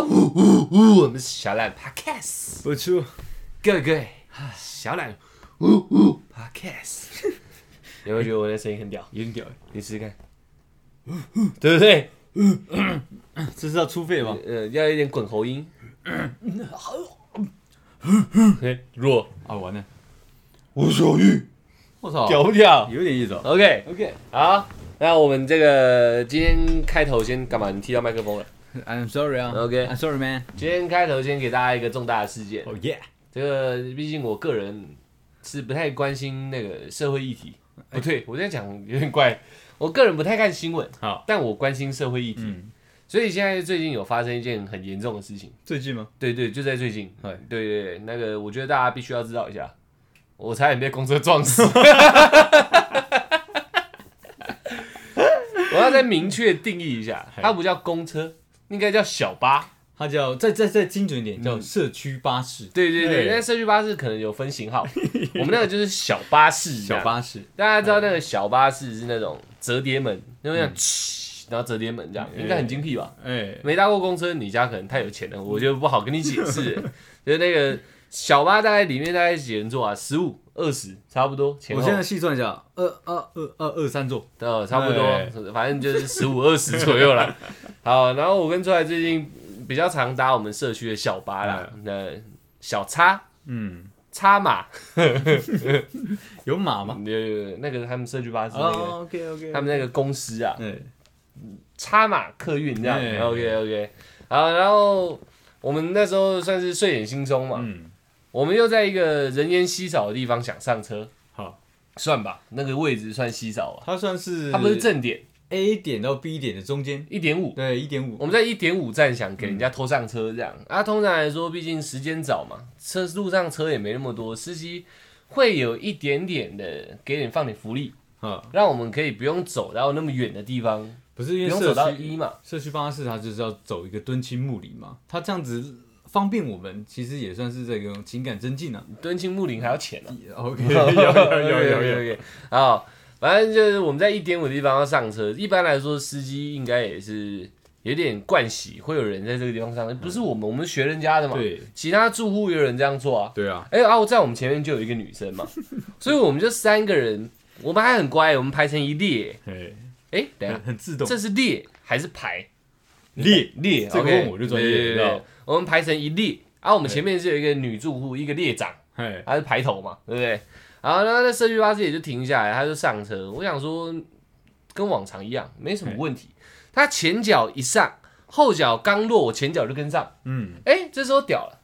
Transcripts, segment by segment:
呜呜呜，我们是小懒 Podcast，不出，各位，啊小懒呜呜 Podcast，有 没有觉得我的声音很屌？有点屌，你试试看，对不对？这是要出费吗？呃，要一点滚喉音，嘿弱，啊，完了，吴小玉，我操，屌不屌有点意思哦。 ？OK， OK，好，那我们这个今天开头先干嘛？你踢到麦克风了。 I'm sorry 啊。 OK I'm sorry man。今天开头先给大家一个重大的事件， Oh yeah，这个毕竟我个人是不太关心那个社会议题，不对，我这样讲有点怪。我个人不太看新闻，好，但我关心社会议题，嗯，所以现在最近有发生一件很严重的事情。最近吗？对对，就在最近，哎对对对，那个我觉得大家必须要知道一下，我差点被公车撞死。 我要再明确定义一下，它不叫公车，应该叫小巴。它叫再再再精准一点，叫社区巴士。对对对，对那社区巴士可能有分型 号，我们那个就是小巴士。小，巴嗯士，大家知道那个小巴士是那种折叠门，那种嗯然后折叠门这样，应该很精辟吧？哎，没搭过公车，你家可能太有钱了，我就不好跟你解释。就是那个小巴大概里面大概几人坐啊？十五、二十，差不多。前我后现在细算一下，二二二二二三座，呃，差不哎多，反正就是十五、二十左右 了。好，然后我跟出来最近比较常搭我们社区的小巴啦，那小叉嗯，叉马，有马吗？呃，那个他们社区巴士那个。哦，OK OK，他们那个公司啊，哎，插马客运这样。哎 OK OK，好，然后我们那时候算是睡眼惺忪嘛，嗯，我们又在一个人烟稀少的地方想上车，好，算吧，那个位置算稀少啊，它算是它不是正点 A 点到 B 点的中间，一点五，对，一点五我，们在一点五站想给人家偷上车这样。嗯啊，通常来说，毕竟时间早嘛，车路上车也没那么多，司机会有一点点的给点放点福利，啊，让我们可以不用走到那么远的地方，不是因不用为走到社区一嘛。社区巴士它就是要走一个敦亲睦邻嘛，它这样子方便我们，其实也算是这个情感增进啊。敦亲睦邻还要钱呢、 OK，有 有有有有，有啊！反正就是我们在一点五地方要上车，一般来说司机应该也是有点惯习，会有人在这个地方上车，不是我们，我们学人家的嘛。对其他住户也有人这样做啊。对啊，哎、啊，我在我们前面就有一个女生嘛，所以我们就三个人，我们还很乖，我们排成一列。哎，哎、等一下很，很自动这是列还是排？列列，这个 OK 问我就专业对对对你知道我们排成一列，啊，我们前面是有一个女住户，一个列长。哎，他是排头嘛，对不对？然后那那社区巴士也就停下来，他就上车。我想说，跟往常一样，没什么问题。他前脚一上，后脚刚落，我前脚就跟上。嗯，哎，这时候屌了，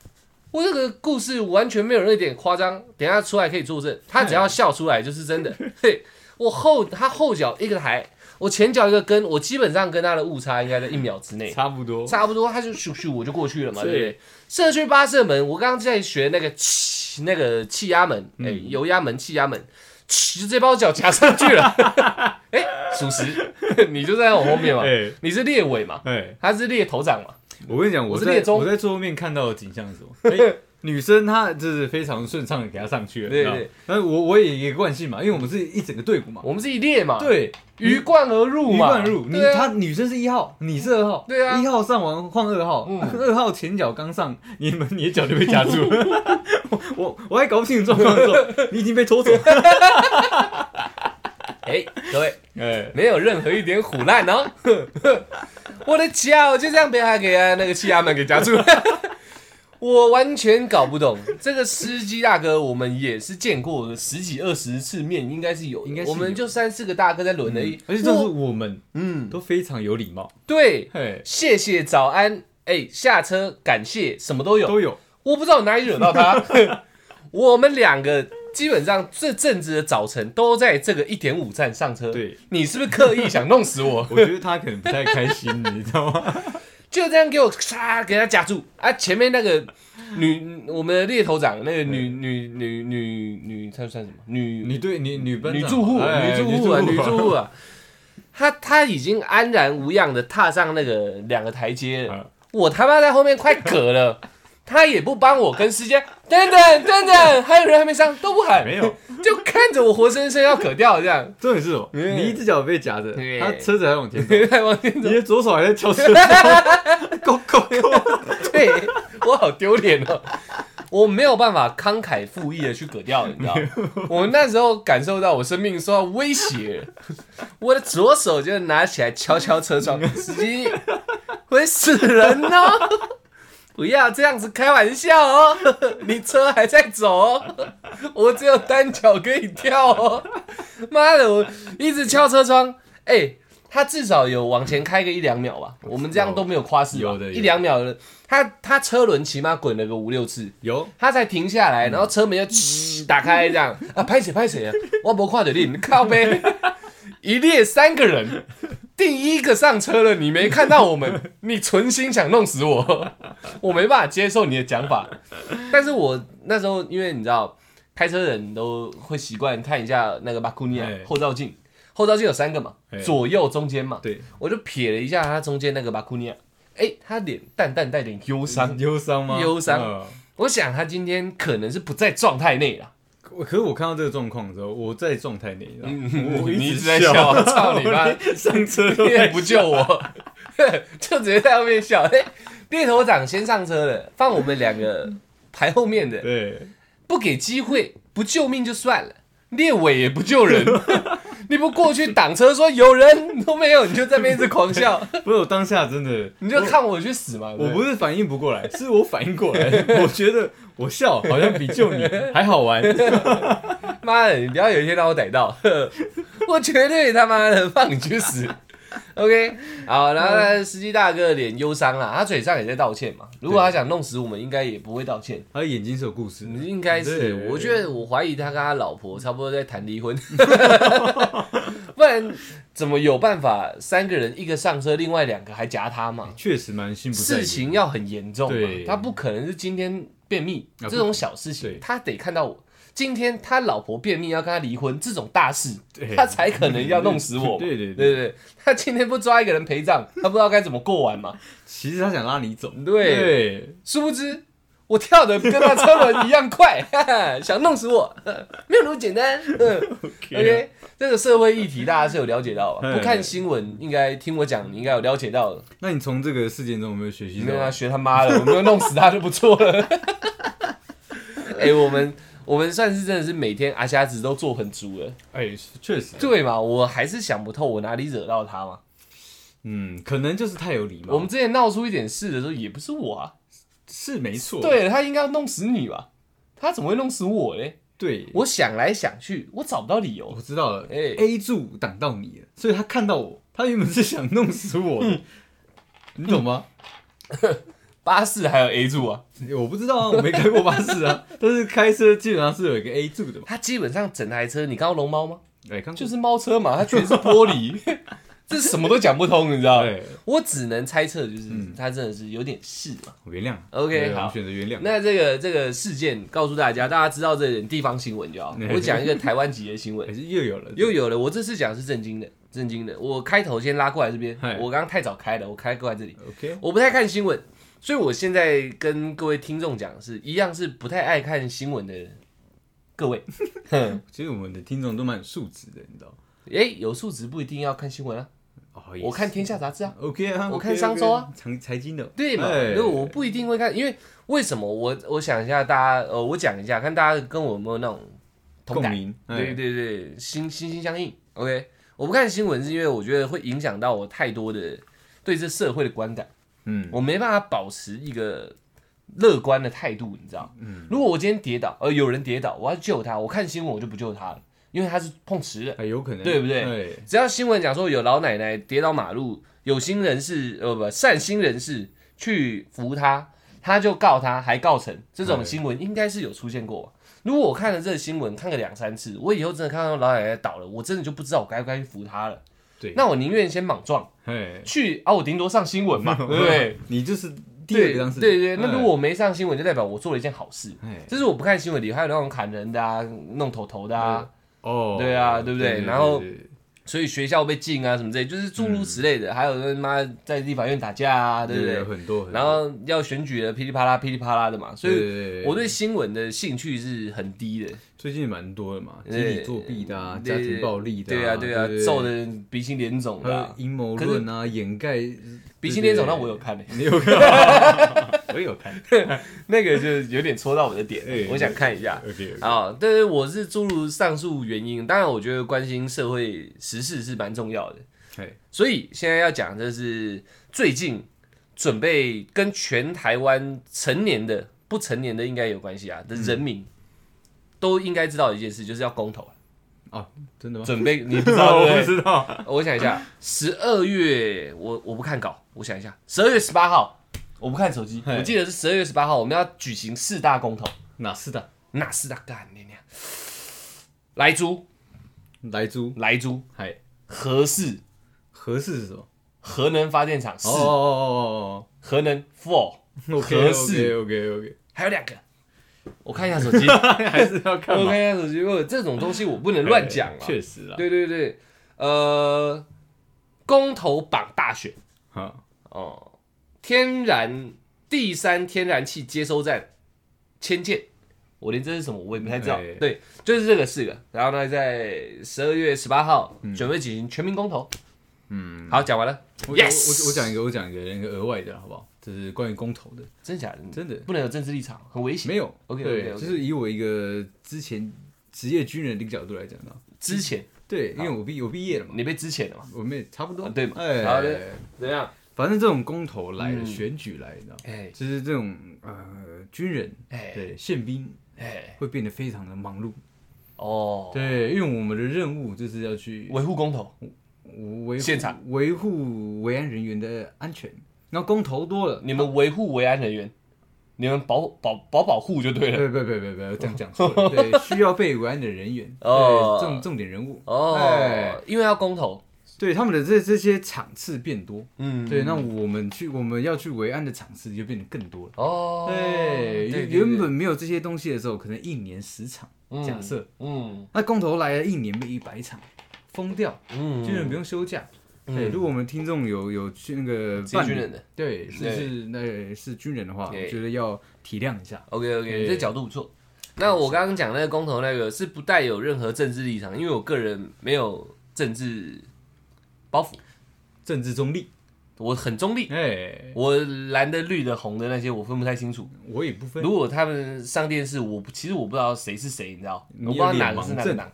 我这个故事完全没有那点夸张。等一下出来可以作证，他只要笑出来就是真的。嘿，我后他后脚一个抬，我前脚一个跟，我基本上跟他的误差应该在一秒之内。差不多，差不多，他就咻咻我就过去了嘛，对对不对？社区巴士门，我刚刚在学那个气那个气压门，嗯哎、油压门、气压门， 气就直接把我脚夹上去了。 哎、属实， 你就在我后面嘛，哎你是猎尾嘛，哎，他是猎头长嘛，我跟你讲，我我是在列中我在最后面看到的景象是什么？哎女生她就是非常顺畅的给她上去了，对你知道对但是我我也也惯性嘛，因为我们是一整个队伍嘛，我们是一列嘛，，对，鱼贯而入鱼嘛，贯入，你对啊他女生是一号，你是二号，对啊嗯一号上完换二号，二号前脚刚上， 你们你的脚就被夹住了， 我我我还搞不清楚状况的 时候，你已经被拖走，哎、各位哎，没有任何一点虎烂哦， 我的脚就这样被他给啊那个气压门给夹住了。 我完全搞不懂这个司机大哥，我们也是见过十几二十次面，应该是有的，应该是有嗯我们就三四个大哥在轮而已。而且这是我我们嗯，都非常有礼貌，对，嘿，谢谢早安，哎、下车感谢，什么都有。都有，我不知道我哪里惹到他。 我们两个基本上这阵子的早晨都在这个一点五站上车。对，你是不是刻意想弄死我？我觉得他可能不太开心，你知道 吗？就这样给我唰给他夹住啊！前面那个女，我们的猎头长那个女女女女女，她算什么？女你对你女班长女住户，哎女住户啊，女住户啊，啊！她她已经安然无恙的踏上那个两个台阶了嗯，我他妈在后面快嗝了， 她也不帮我跟司机等等等等，还有人还没上都不喊，没有，就看着我活生生要嗝掉这 样， 重点是什么？哎你一只脚被夹着哎， 他车子还往前走， 别再往前走 你。的左手还在敲车，够够够，对我好丢脸哦，我没有办法慷慨赴义的去割掉，你知道吗？我那时候感受到我生命受到威胁，我的左手就拿起来敲敲车窗，司机会死人哦。不要这样子开玩笑哦，你车还在走哦，我只有单脚可以跳哦。妈的，我一直敲车窗，哎、他至少有往前开个一两秒吧，我们这样都没有夸饰吧有的有的一两秒的，他他车轮起码滚了个五六次，有他才停下来，然后车门嗯要嗤打开这样啊，拍谁拍谁啊，我不看着你，你靠呗，一列三个人，第一个上车了，你没看到我们，你存心想弄死我，我没办法接受你的讲法，但是我那时候因为你知道，开车人都会习惯看一下那个巴库尼亚哎后照镜，后照镜有三个嘛哎，左右中间嘛，对我就瞥了一下他中间那个巴库尼亚，哎，他脸淡淡带点忧伤。忧伤吗？忧伤嗯我想他今天可能是不在状态内啦。我可是我看到这个状况的时候，我在状态内，你知道吗？我嗯你一直直在 笑操你妈我连上车都你也 在不救我， 就直接在后面笑。哎、猎头长先上车了，放我们两个排后面的，对，不给机会，不救命就算了，猎尾也不救人。 你不过去挡车说有人都没有，你就在那边一直狂笑，不是我当下真的， 你就看我去死嘛！我对不是反应不过来，是我反应过来， 我觉得我笑好像比救你还好玩。妈的，你不要有一天让我逮到， 我绝对他妈的放你去死。OK，好，然后呢，司机大哥脸忧伤啊啦，他嘴上也在道歉嘛。如果他想弄死我们，应该也不会道歉，他眼睛是有故事的，应该是。对我觉得我怀疑他跟他老婆差不多在谈离婚， 不然怎么有办法三个人一个上车，另外两个还夹他嘛？确实蛮心不在事焉。情要很严重嘛对，他不可能是今天便秘啊这种小事情对，他得看到我。今天他老婆便秘要跟他离婚这种大事对，他才可能要弄死我嘛。 对对对对对，他今天不抓一个人陪葬，他不知道该怎么过完嘛。其实他想拉你走，嗯对对，殊不知我跳的跟他车轮一样快， 哈哈想弄死我， 没有那么简单。 嗯哎 OK，这个社会议题大家是有了解到吧？嗯不看新闻应该听我讲，你应该有了解到的。那你从这个事件中有没有学习你跟到他？啊学他妈的，我没有弄死他就不错了。 哎、我们我们算是真的是每天阿瞎子都做很足了，哎，确实，对嘛？我还是想不透我哪里惹到他嘛。嗯，可能就是太有礼貌。我们之前闹出一点事的时候，也不是我啊，是没错，对他应该要弄死你吧？他怎么会弄死我嘞？对，我想来想去，我找不到理由我。知道了。哎 A 柱挡到你了，所以他看到我，他原本是想弄死我嗯的，你懂吗？巴士还有 A 柱啊，我不知道啊，我没开过巴 士啊，但是开车基本上是有一个 A 柱的嘛。他基本上整台车，你看到龙猫吗？哎，看过就是猫车嘛，它全是玻璃， 这什么都讲不通，你知道吗？嗯哎，我只能猜测，就是他真的是有点事嘛。我原谅。 OK，对我好们选择原谅。那这个这个事件告诉大家，大家知道这点地方新闻就 好。我讲一个台湾籍的新可闻，是又有了，又有了。我这次讲是震惊的，震惊的。我开头先拉过来这边嗨，我刚刚太早开了，我开过来这里。 OK，我不太看新闻，所以我现在跟各位听众讲的是，一样是不太爱看新闻的各 位。哼其实我们的听众都蛮有素质的，你知道？诶，有素质不一定要看新闻啊，哦，也我看《是天下》杂志啊。 OK 啊，我 OK，看商周啊 OK，财财经的，对嘛？哎因为我不一定会看，因为为什么我我想一下，大家呃，我讲一下，看大家跟我有没有那种同共感。鸣，哎对对对，心心心相印。OK，我不看新闻是因为我觉得会影响到我太多的对这社会的观感，嗯，我没办法保持一个乐观的态度，你知道？嗯，如果我今天跌倒，呃，有人跌倒，我要救他，我看新闻我就不救他了，因为他是碰瓷的。哎，有可能，对不对哎？只要新闻讲说有老奶奶跌倒马路，有心人士呃不善心人士去扶她，她就告她，还告成，这种对新闻应该是有出现过吧。如果我看了这个新闻看个两三次，我以后真的看到老奶奶倒了，我真的就不知道我该不该去扶她了。对那我宁愿先莽撞哎， 去啊，我顶多上新闻嘛，对不 对？，你就是第对二个当对事人，对，那哎如果我没上新闻，就代表我做了一件好事。哎这是我不看新闻里还有那种砍人的啊，弄头头的啊，哦，对啊对不对然后对对所以学校被禁啊什么之类，就是诸如此类的，还有他妈在立法院打架啊，对不嗯对，有对？很多，很多然后要选举了，噼里啪啦噼里啪啦的嘛，所对以对对我对新闻的兴趣是很低的，最近蛮多的嘛，集对体作弊的啊，对家庭暴力的，对啊对啊，揍的人鼻青脸肿还的有啊，阴谋论啊，掩盖鼻青脸肿，对那对我有看欸你有看到？我有看。那个就是有点戳到我的点哎，我想看一下。 OK，啊，但是我是诸如上述原因，当然我觉得关心社会时事是蛮重要的，对，所以现在要讲的是最近准备跟全台湾成年的、不成年的应该有关系啊的人民、都应该知道一件事，就是要公投了哦，真的吗？准备你不知道我对不不 对？知道。我想一下，十二月我我不看稿，我想一下，十二月十八号我不看手机，嘿我记得是十二月十八号我们要举行四大公投，哪四大？哪四大？干你娘！莱猪、莱猪，莱猪、还核四、合适是什么？核能发电厂四、哦哦哦核能 four，哦哦，合适 OK OK，还有两个， 我看一下手机，还是要看我嘛看。一下手机，我这种东西我不能乱讲啊。确实啊。对对对，呃，公投榜大选好，哦，天然第三天然气接收站迁建，我连这是什么我也不太知道。哎对，就是这个四个，然后呢，在十二月十八号、准备举行全民公投。嗯，好，讲完了，我我 Yes！我我讲一个，我讲一个那个额外的好不好？就是关于公投的，真假的？真的不能有政治立场，很危险。没有。 OK，OK，OK 对，就是以我一个之前职业军人的角度来讲到，之前对，因为我毕我毕业了嘛，你被之前了嘛？我们也差不多啊，对嘛哎好的，怎样？反正这种公投来的，嗯选举来的，哎就是这种呃军人哎对宪兵哎会变得非常的忙碌。哦，对，因为我们的任务就是要去维护公投，维护现场维护维安人员的安全。然后公投多了，你们维护维安人员，你们保保保保护就 对不了。呃不不不不，这样讲错了。 对，需要被维安的人员，哦对重重点人物，哦哎，因为要公投，对他们的这这些场次变多。嗯，对，那我们去我们要去维安的场次就变得更多了。哦，对，原原本没有这些东西的时候，可能一年十场，嗯假设嗯那公投来了一年变一百场，疯掉，嗯，军人不用休假。嗯对，如果我们听众有有去那个职业办军人的对，是对是那是军人的话，我对觉得要体谅一下。 OK OK，对这角度不错。那我刚刚讲那个公投那个是不带有任何政治立场，因为我个人没有政治包袱，政治中立，我很中立，哎，我蓝的、绿的、红的那些我分不太清楚。我也不分如。果他们上电视，我不其实我不知道谁是谁，你知道？你我不知道有哪脸个是盲哪个症。党。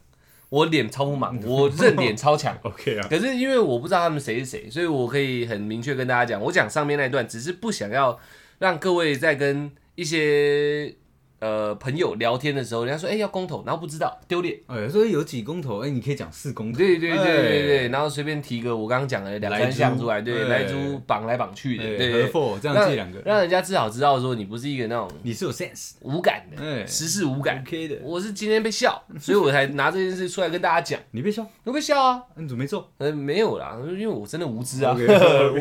我脸超不盲，我认脸超强 OK 啊，可是因为我不知道他们谁是谁，所以我可以很明确跟大家讲，我讲上面那一段，只是不想要让各位在跟一些呃朋友聊天的时候，人家说哎、要公投，然后不知道丢脸。哎，所以有几公投，哎，你可以讲四公投。对对对对对，哎，然后随便提个我刚刚讲的两莱三猪项出来，对，哎来猪绑来绑去的，对对哎，对合，否这样让记两个，让人家至少知道说你不是一个那种你是有 sense，OK 无感的，哎时事无感。的，我是今天被 笑，所以我才拿这件事出来跟大家讲。你别笑，有被笑啊？那你怎么没做呃，没有啦，因为我真的无知啊 OK，OK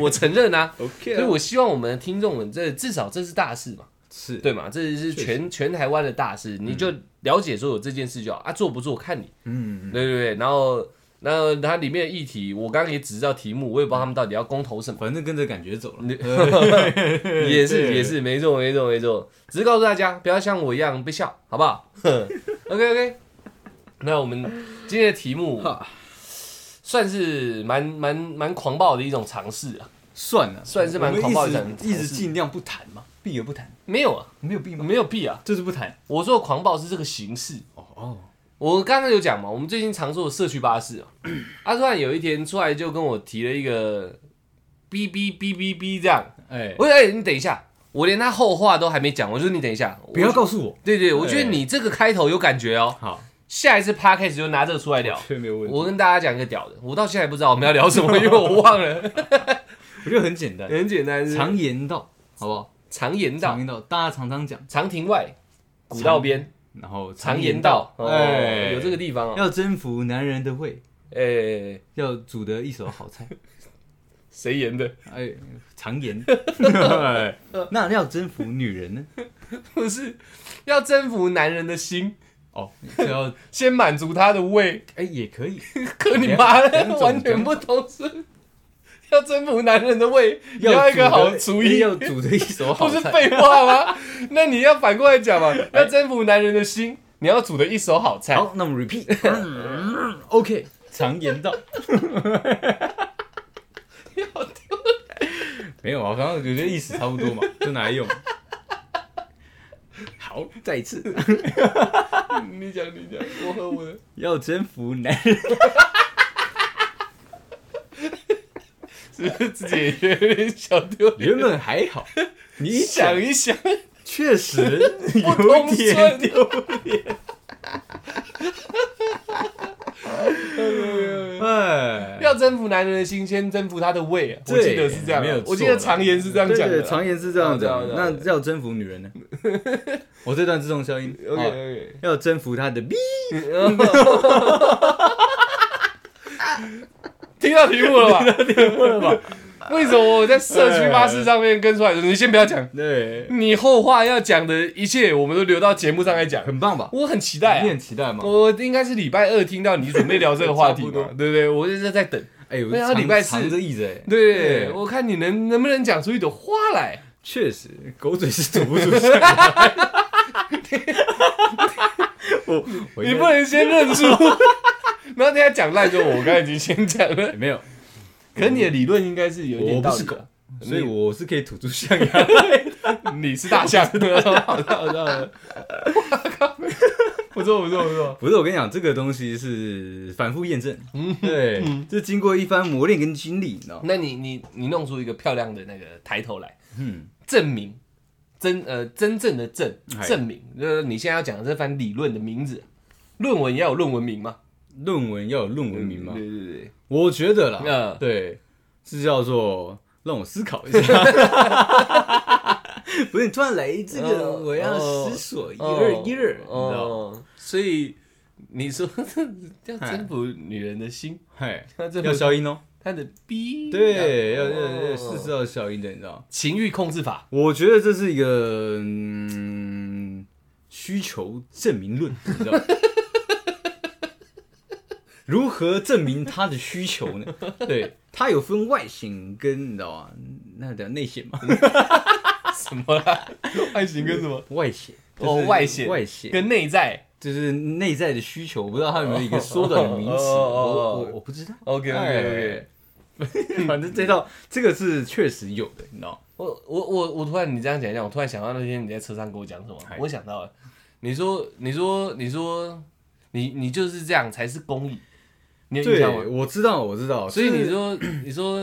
我承认啊。 ？OK，所以我希望我们的听众们，这至少这是大事嘛，是对嘛？这是全全台湾的大事，你就了解说有这件事就好啊，做不做看你。嗯，对对对，然后然后它里面的议题，我刚刚也只知道题目，我也不知道他们到底要公投什么。反正跟着感觉走了。也是对也是，没错没错没错，只是告诉大家不要像我一样被笑，好不 好？OK OK，那我们今天的题目哈算是蛮蛮蛮狂暴的一种尝试啊，算了，算是蛮我们狂暴一的尝直试一直尽量不谈嘛，避而不谈，没有啊，没有避吗？没有屁啊，就是不谈。我说的狂暴是这个形式。哦哦，我刚刚有讲嘛，我们最近常说的社区巴士 啊，他、突然有一天出来就跟我提了一个哔哔哔哔哔这样，哎，我说哎、你等一下，我连他后话都还没讲，我说你等一下，不要我告诉我。对对，我觉得你这个开头有感觉哦，好，下一次 podcast 就拿这个出来聊。全没有问题。我跟大家讲一个屌的，我到现在也不知道我们要聊什 么，因为我忘了。我觉得很简单，很简单，是常言道，好不好？常言常道、言道，大家常常讲，长亭外、古道边、然后常言道，哎，哦，有这个地方哦。要征服男人的胃，哎，要煮得一手好菜。谁言的？ 哎，常言。哎那要征服女人呢？不是要征服男人的心，哦，这要先满足他的胃。哎也可以， 可啊你妈两的，种完全不同是。要征服男人的胃，你要一煮个得好厨艺，要煮得一手不好是菜。哎废话 吗？那你要反过来讲嘛，要征服男人的心，你要煮的一手好菜。好，那我们 repeat。OK，常言 道。没有啊，刚刚我觉得意思差不多嘛，就拿来用。好，再一次，嗯你讲你讲，我和我 的要征服男人，是不是自己也有点小丢脸？原本还好，你一想想一想，确实 有通点顺丢脸。哎，要征服男人的心，先征服他的胃啊！我对记得是这样没有啊，错我记得常言是这样讲对的对，啊。常言是这样讲哦的。对啊那对啊要征服 女人呢？我这段自动消音。 OK 哦 OK，要征服她的 B，听到题目了吧？听到题目了吧？ 为什么我在社区巴士上面跟出来的时候？你先不要讲，对，你后话要讲的一切，我们都留到节目上来讲。很棒吧？我很期待你啊！很期待吗？我应该是礼拜二听到你准备聊这个话题差不多嘛， 对不对？我就是在等，哎，我对啊藏礼拜四藏着掖着，哎，对我看你能能不能讲出一朵花来。确实，狗嘴是吐不出象牙啊来。 我我应你该不能先认 输，然后等下讲烂就我刚才已经先讲了。没有， 可是你的理论应该是有一点道理啊我不是的，所以我是可以吐 出象牙来。你是大 象，好的好的好的，我靠，不错不错不错，不是，我跟你讲，这个东西是反复验证，嗯对，这经过一番磨练跟经历，你哦知道吗？那你你你弄出一个漂亮的那个抬头来，嗯，证明真呃真正的证哎证明，就是你现在要讲的这番理论的名字，论文也要有论文名嘛，嗯论文要有论文名吗？对对对，我觉得啦，嗯对，是叫做让我思考 一下。不是，你突然来这个，哦我要思索一二一二，你知道吗？哦，所以你说要征服女人的心，嘿， 要征服要消音哦。他的逼，对，要哦要要是是要消音的，你知道吗？情欲控制法，我觉得这是一个嗯需求证明论，你知 道吗？如何证明他的需求呢？对，他有分外显跟你知道吗？那叫内显嘛，什么啦？外形跟什么？外显哦，外显，外显跟内在。就是内在的需求，我不知道它有没有一个缩短的名词，哦哦哦我哦我我不知道。 OK OK OK，哎 反正这道这个是确实有的，你知道？我我我我突然你这样讲一讲，我突然想到那天你在车上跟我讲什么嗨，我想到了，你说你说你说你你就是这样才是公益，你有印对，象吗？我知道，我知道。所以就是你说你说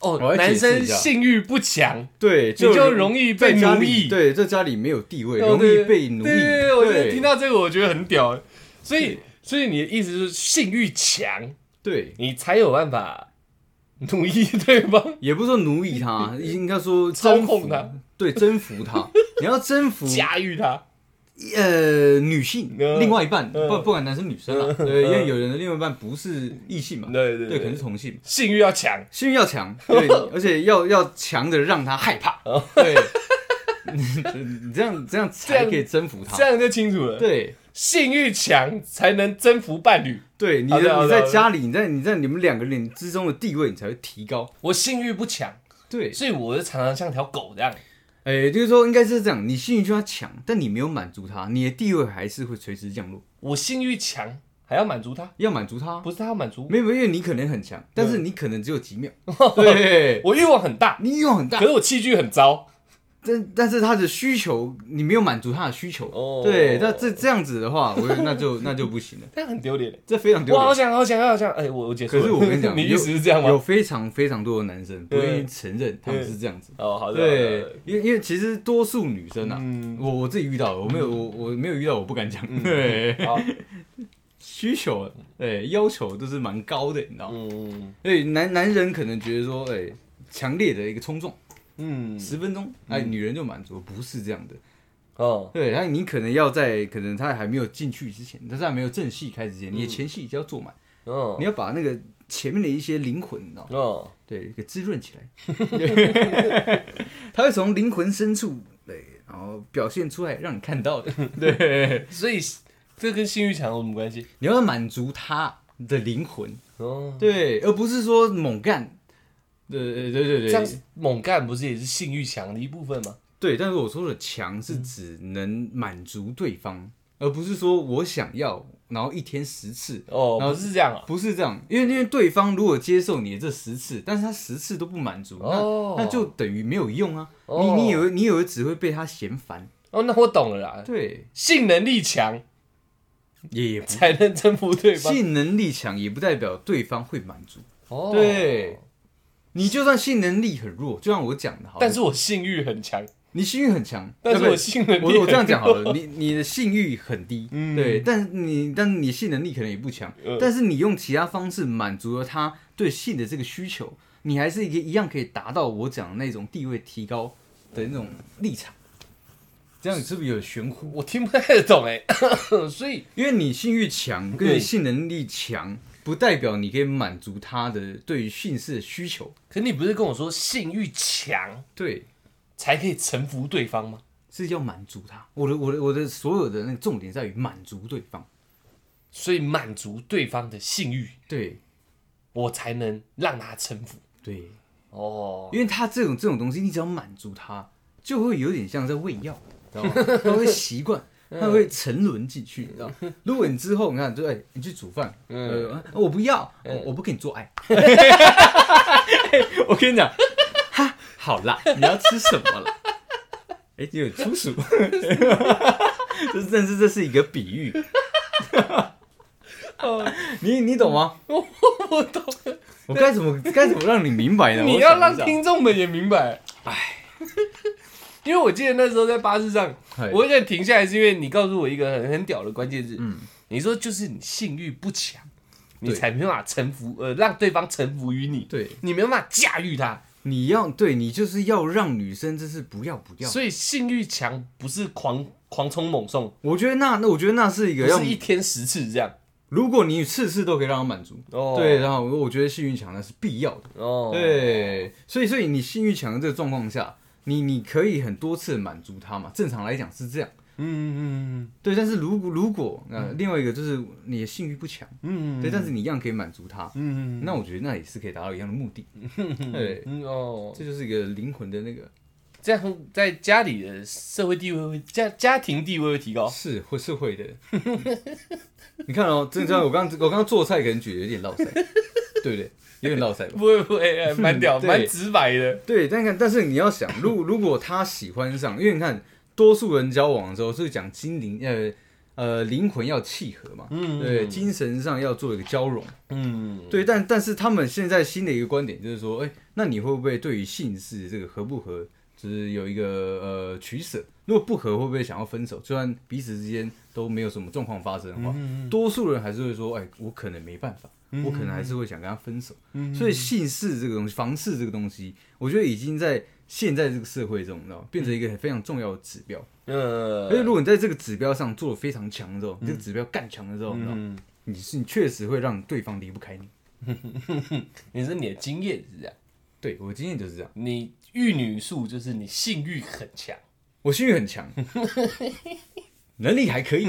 我要哦，解释男一下生性欲不强，对，你就容易被在家奴里役哦对，在家里没有地位，对容易被奴役。对对对，我觉得对听到这个我觉得很屌，所以所以你的意思是性欲强，对，你才有办法奴役对方，也不是说奴役 他，应该说操征服控他，对，征 服他。你要征服驾驭他。呃女性嗯另外一半，嗯不不管男生女生啊，对，因为有人的另外一半不是异性嘛，对嗯对对，可能是同性嘛。性欲要强，性欲要强， 对，而且要要强的让他害怕，对， 你你这样这样才可以征服哦这他，样就清楚了。对性欲强才能征服伴侣，对，你好的好的的你在家里，你在你在你们两个人之中的地位，你才会提高，我性欲不强，对，所以我就常常像条狗这样。哎，就是说应该是这样，你性欲就要强，但你没有满足他，你的地位还是会随之降落，我性欲强还要满足他，要满足他，不是他要满足我。没有，因为你可能很强，但是你可能只有几秒， 对，我欲望很大，你欲望很大可，是我器具很糟。但但是他的需求你没有满足他的需求，哦对，那这这样子的话，我那就那就不行了。但很丢脸。这非常丢我好脸。想，好想，好想！哎、我我结束了。可是我跟你 讲，你意有思是这样吗有？非常非常多的男生不愿意承认他们是这样子。哦，好的，好的对，啊因为因为其实多数女生啊，嗯我我自己遇到了，我没有我我没有遇到，我不敢讲。对，嗯好，需求对要求都是蛮高的，你知道吗？嗯对，男男人可能觉得说，哎，强烈的一个冲撞，嗯，十分钟，哎，女人就满足，不是这样的。哦，对，那你可能要在可能他还没有进去之前，他在还没有正戏开始之前，你的前戏就要做满，嗯哦你，要把那个前面的一些灵魂，你知道吗？哦，对，给滋润起来，它会从灵魂深处对，然后表现出来，让你看到 的。对，所以这跟性欲强有什么关系？你要满足他的灵魂，哦，对，而不是说猛干。对对对对这样对，猛干不是也是性欲强的一部分吗？对。但是我说的强是只能满足对方，而不是说我想要，然后一天十次。哦，然后不是这样啊。不是这样，因为因为对方如果接受你的这十次，但是他十次都不满足，那、哦那就等于没有用啊。哦你你以为你以为只会被他嫌烦，哦，那我懂了啦，对，性能力强也不才能征服对方。性能力强，也不代表对方会满足。哦，对，你就算性能力很弱，就像我讲的，好了，但是我性欲很强，你性欲很强，但是对不对我性能力我我这样很讲好弱了，你你的性欲很低，嗯对，但你但你性能力可能也不强，嗯但是你用其他方式满足了他对性的这个需求，你还是一个一样可以达到我讲的那种地位提高的那种立场。这样你是不是有玄乎？我听不太懂哎， 所以因为你性欲强，跟你嗯性能力强，不代表你可以满足他的对于性事的需求。可你不是跟我说性欲强对，才可以臣服对方吗？是要满足他。我的我的我的所有的那个重点在于满足对方。所以满足对方的性欲，对我才能让他臣服。对，哦，因为他这种这种东西，你只要满足他，就会有点像在喂药，知道吗？他会习惯，他会沉沦进去，你知道吗？如果你之后你看，就哎、你去煮饭，嗯哎呃，我不要，我我不跟你做 爱。我跟你讲，哈，好啦，你要吃什么啦？哎、有点粗俗， 这但是这是一个比喻。哦你你懂吗？ 我我懂了，我该怎么该怎么让你明白呢？你我要想一让下听众们也明白。哎，因为我记得那时候在巴士上，嗨我会在停下来，是因为你告诉我一个很很屌的关键字，嗯你说就是你性欲不强，你对才没办法臣服，呃，让对方臣服于你，对。你没办法驾驭他。你要对你就是要让女生真是不要不要，所以性欲强不是狂狂冲猛送，我觉得那那我觉得那是一不个要是，一天十次这样。如果你次次都可以让她满足，哦对，然后我觉得性欲强那是必要的，哦，，对，所以所以你性欲强的这个状况下，你你可以很多次满足她嘛，正常来讲是这样，嗯嗯对，但是如果如果呃另外一个就是你的性欲不强，嗯嗯，对，但是你一样可以满足她，嗯那我觉得那也是可以达到一样的目 的，对，嗯哦，这就是一个灵魂的那个这样在家里的社会地位会家家庭地位会提高。是会是会的。 你看哦，真的，我刚我刚刚做菜可能觉得有点落塞，对不对？有点落塞吧。 不会不会， 哎蛮屌，对蛮直白的。对，但看，但是你要想，如如果他喜欢上，因为你看，多数人交往的时候是讲心灵，呃呃，灵魂要契合嘛，嗯对，精神上要做一个交融，嗯，对，但但是他们现在新的一个观点就是说，哎、那你会不会对于性事这个合不合，就是有一个呃取舍？如果不合，会不会想要分手？就算彼此之间都没有什么状况发生的话，多数人还是会说，哎、我可能没办法，我可能还是会想跟他分手。所以性事这个东西，房事这个东西，我觉得已经在现在这个社会中，你知道吗变成一个非常重要的指标。呃而且如果你在这个指标上做的非常强的时候，你这个指标干强的时候，你知道吗，嗯，你是你确实会让对方离不开你。你说你的经验是这样，对我经验就是这样。你玉女术就是你性欲很强，我性欲很 强，能力还可 以，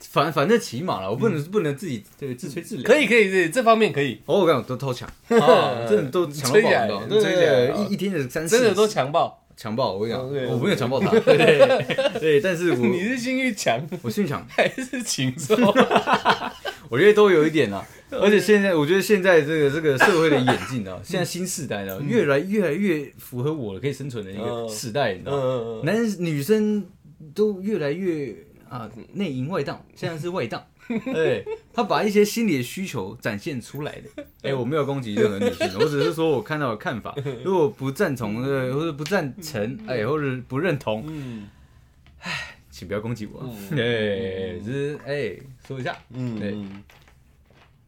反反正起码了，我不能、不能自己对自吹自擂。可以可以，这这方面可以，哦，我跟你讲，都超强， 啊真的都强到吹起来爆，你知道吗吹起来对一一天的三四真的都次强暴。强暴。我跟你讲， OK，OK 我没有强暴他，对对对，但 是你我是性欲强 我性强，还是禽兽？我觉得都有一点啦。而且现在，我觉得现在这个这个社会的演进啊，现在新时代呢，越来越来越符合我可以生存的一个嗯时代，你知道吗？ 嗯，男女生都越来越啊内淫外荡，现在是外 荡。对，他把一些心理的需求展现出来的。哎、我没有攻击任何女性，我只是说我看到的看法。如果不赞同的，或者不赞成，哎、或者不认同，嗯请不要攻击我。嗯对，只是 哎、说一下，嗯，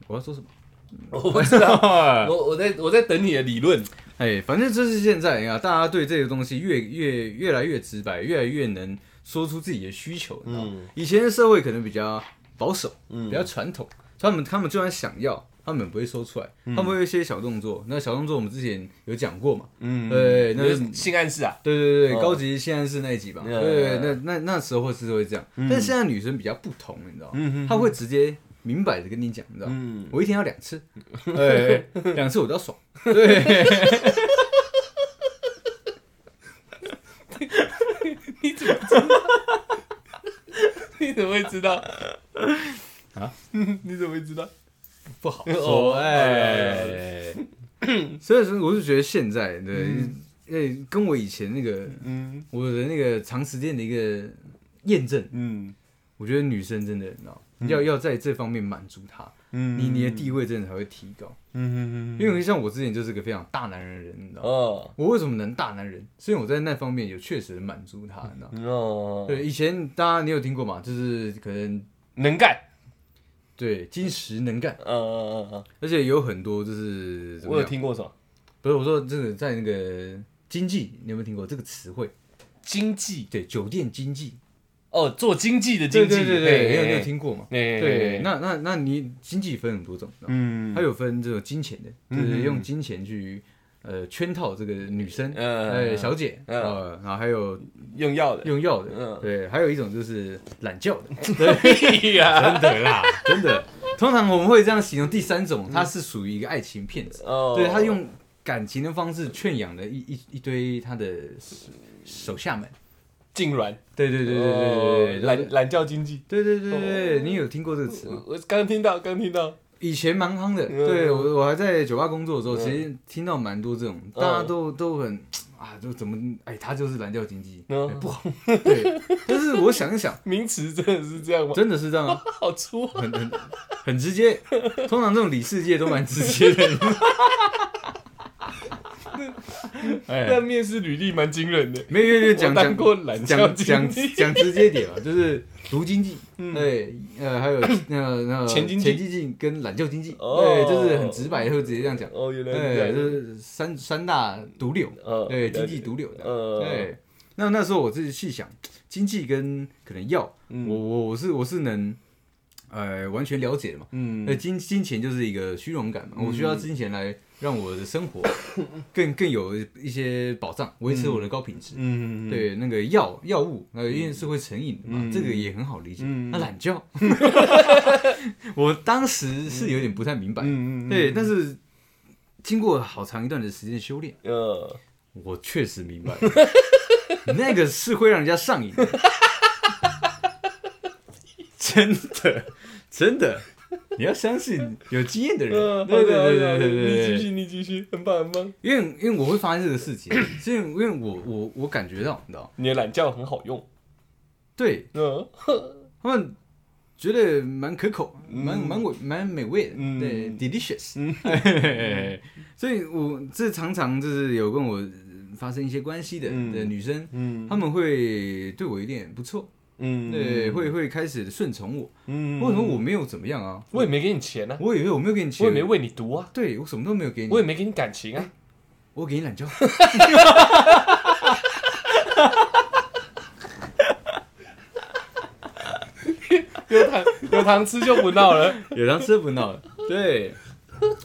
我要说什么？ 我不知道，我我在我在等你的理论。哎，反正就是现在啊，大家对这个东西越越越来越直白，越来越能说出自己的需求。你知道吗嗯以前的社会可能比较保守，嗯比较传统，他们他们就算想要，他们也不会说出来，嗯他们会有一些小动作。那小动作我们之前有讲过嘛？嗯，对那那就是是性暗示啊。对对对，哦高级现在是那一集吧？嗯对，那那那时候是会这样，但现在女生比较不同，你知道吗？她会直接明摆着跟你讲，你知道吗？嗯，我一天要两 次，哎，哎两次我都要爽。对，你怎么知道？ 你怎么会知道？啊？ 你怎么会知道？不好哦哎 说哎。所以说，我是觉得现在的诶、跟我以前那个嗯我的那个长时间的一个验证，嗯我觉得女生真的，你知道，要要在这方面满足她，嗯你你的地位真的才会提高。嗯嗯嗯，因为像我之前就是个非常大男人的人，你知道，哦我为什么能大男人？是因为我在那方面有确实满足嗯她，你知道。哦，对，以前大家你有听过嘛？就是可能能干，对金石能干，嗯嗯嗯而且有很多就是嗯，怎我么有样？听过什么不是我说这个在那个经济，你有没有听过这个词汇？经济对，酒店经济，哦，做经济的经济，对对对，你有你有听过嘛？对对，那那那你经济分很多种，嗯它有分这种金钱的，嗯就是嗯用金钱去呃圈套这个女生，嗯呃小姐，嗯呃，然后还有用药的，用药的嗯，对，还有一种就是懒觉的， 对哎呀，真的啦，真的。通常我们会这样形容第三种，它是属于一个爱情骗子，哦 对他用感情的方式圈养了一一一堆他的手手下们，痉挛，对对对对对对对，哦懒懒觉经济，对对对对对，你有听过这个词吗？我我刚听到，刚听到，以前蛮夯的，嗯对我我还在酒吧工作的时候，其实听到蛮多这种，嗯大家都都很啊，就怎么哎，他就是蓝调经济， 嗯哎不好，对。但是我想一想， 名词真的是这样吗？真的是这样啊，好粗啊，很很很直接。通常这种理世界都蛮直接的。 哎那，面试履历蛮惊人的，没有没有没有讲我当讲过蓝调经讲济嗯讲讲直接点啊，就是毒经济，对，呃，还有那那个前经济前经济跟懒觉经济，哦对，就是很直白，会直接这样讲。哦，原来是这对，样就子，是三三大毒瘤，呃对，经济，毒瘤的。呃，对，那那时候我自己细想，经济跟可能药，嗯我我我是我是能，呃，完全了解的嘛。嗯那金金钱就是一个虚荣感嘛，我需要金钱来让我的生 活更更有一些保障，维持我的高品质。嗯，对，那个药药物，那因为是会成瘾的嘛，这个也很好理解。嗯那懒 觉， 我当时是有点不太明白，嗯嗯，对，但是经过好长一段的时间修炼，呃，我确实明白， 那个是会让人家上瘾的， 真的，真的，你要相信有经验的呃人，对对对对对你对继对，续，你继续，很棒很棒，因为因为我会发现这个事情，是因为因为我我我感觉到，你知道，你的懒觉很好用，对嗯他们。觉得蛮可口，蛮蛮美蛮美味的，嗯对，delicious。所 以我这常常就是有跟我呃发生一些关系的嗯的女生，嗯她们会对我有点不错，嗯，对，会会开始顺从我。嗯，为什么我没有怎么样啊？我也没给你钱啊，我以为我没有给你我钱，也没为你读啊，对我什么都没有给你我，也没给你感情啊，我给你懒觉。有糖有糖吃就不闹了， 有糖吃不闹了，对。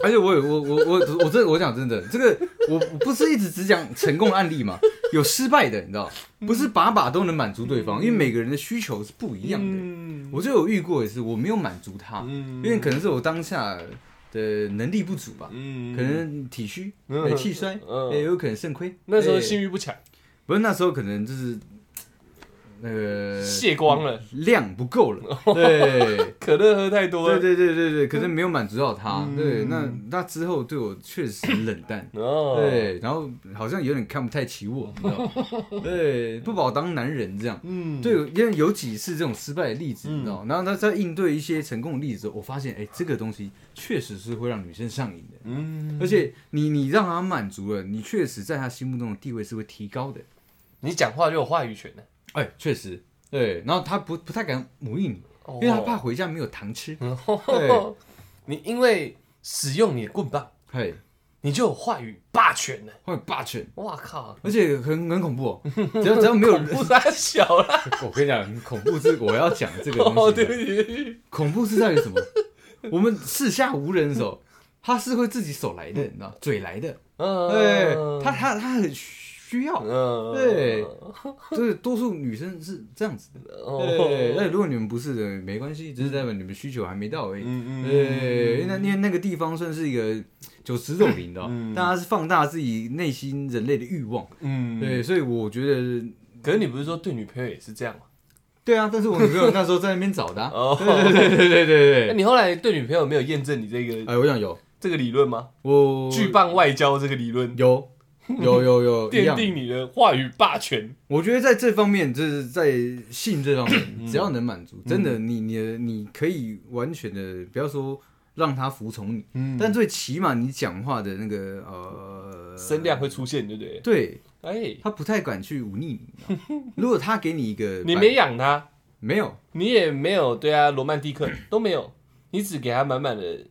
而且我有我我我我真的我讲真的，这个我我不是一直只讲成功案例嘛，有失败的，你知道，不是把把都能满足对方，因为每个人的需求是不一样的。嗯我就有遇过一次，我没有满足他，嗯因为可能是我当下的能力不足吧，嗯可能哎体虚、嗯对气衰，嗯哎也有可能肾亏。那时候对性欲不强，不是那时候可能就是那个卸光了，量不够了， 对。可乐喝太多对了，对对对对，可是没有满足到他。嗯，对，那那之后对我确实冷淡哦，对，然后好像有点看不太起我，你知 道吗？对，不把我当男人这样。嗯，对，因为有几次这种失败的例子，你知道吗，然后他在应对一些成功的例子之后，我发现，哎、这个东西确实是会让女生上瘾的，嗯，而且你你让她满足了，你确实在她心目中的地位是会提高的，你讲话就有话语权了，哎、确实，对，然后她不不太敢母应你，哦因为她怕回家没有糖吃，哦你因为使用你的棍棒，嘿，你就有话语霸权了。会有霸权，哇靠！而且很很恐怖、哦，只要只要没有人，不杀小啦！ 我跟你讲，恐怖是我要讲这个哦，东对不西，起，对不起恐怖是在于什么？我们四下无人的时候，他是会自己手来的，你知道，嘴来的，嗯对，他他他很需要，嗯对，就是多数女生是这样子的，对，哦，那如果你们不是的，没关系，只是代表你们需求还没到而已，嗯对，那那那个地方算是一个九十种零的哦，大家是放大自己内心人类的欲望，嗯，对，所以我觉得可是你不是说对女朋友也是这样吗？对啊，但是我女朋友那时候在那边找的、啊。哦，对对对对对那对。你后来对女朋友没有验证你这个 哎，我想有这个理论吗？我巨棒外交这个理论，有，有有 有，一奠样。定你的话语霸权。我觉得在这方面，就是在性这方面，只要能满足，真的，你你的你可以完全的，不要说让他服从你，嗯，但最起码你讲话的那个呃声量会出现，对不对？对哎，他不太敢去忤逆你知道吗。 如果他给你一个你白没养它，没有，你也没有对啊，罗曼蒂克都没有，你只给它满满的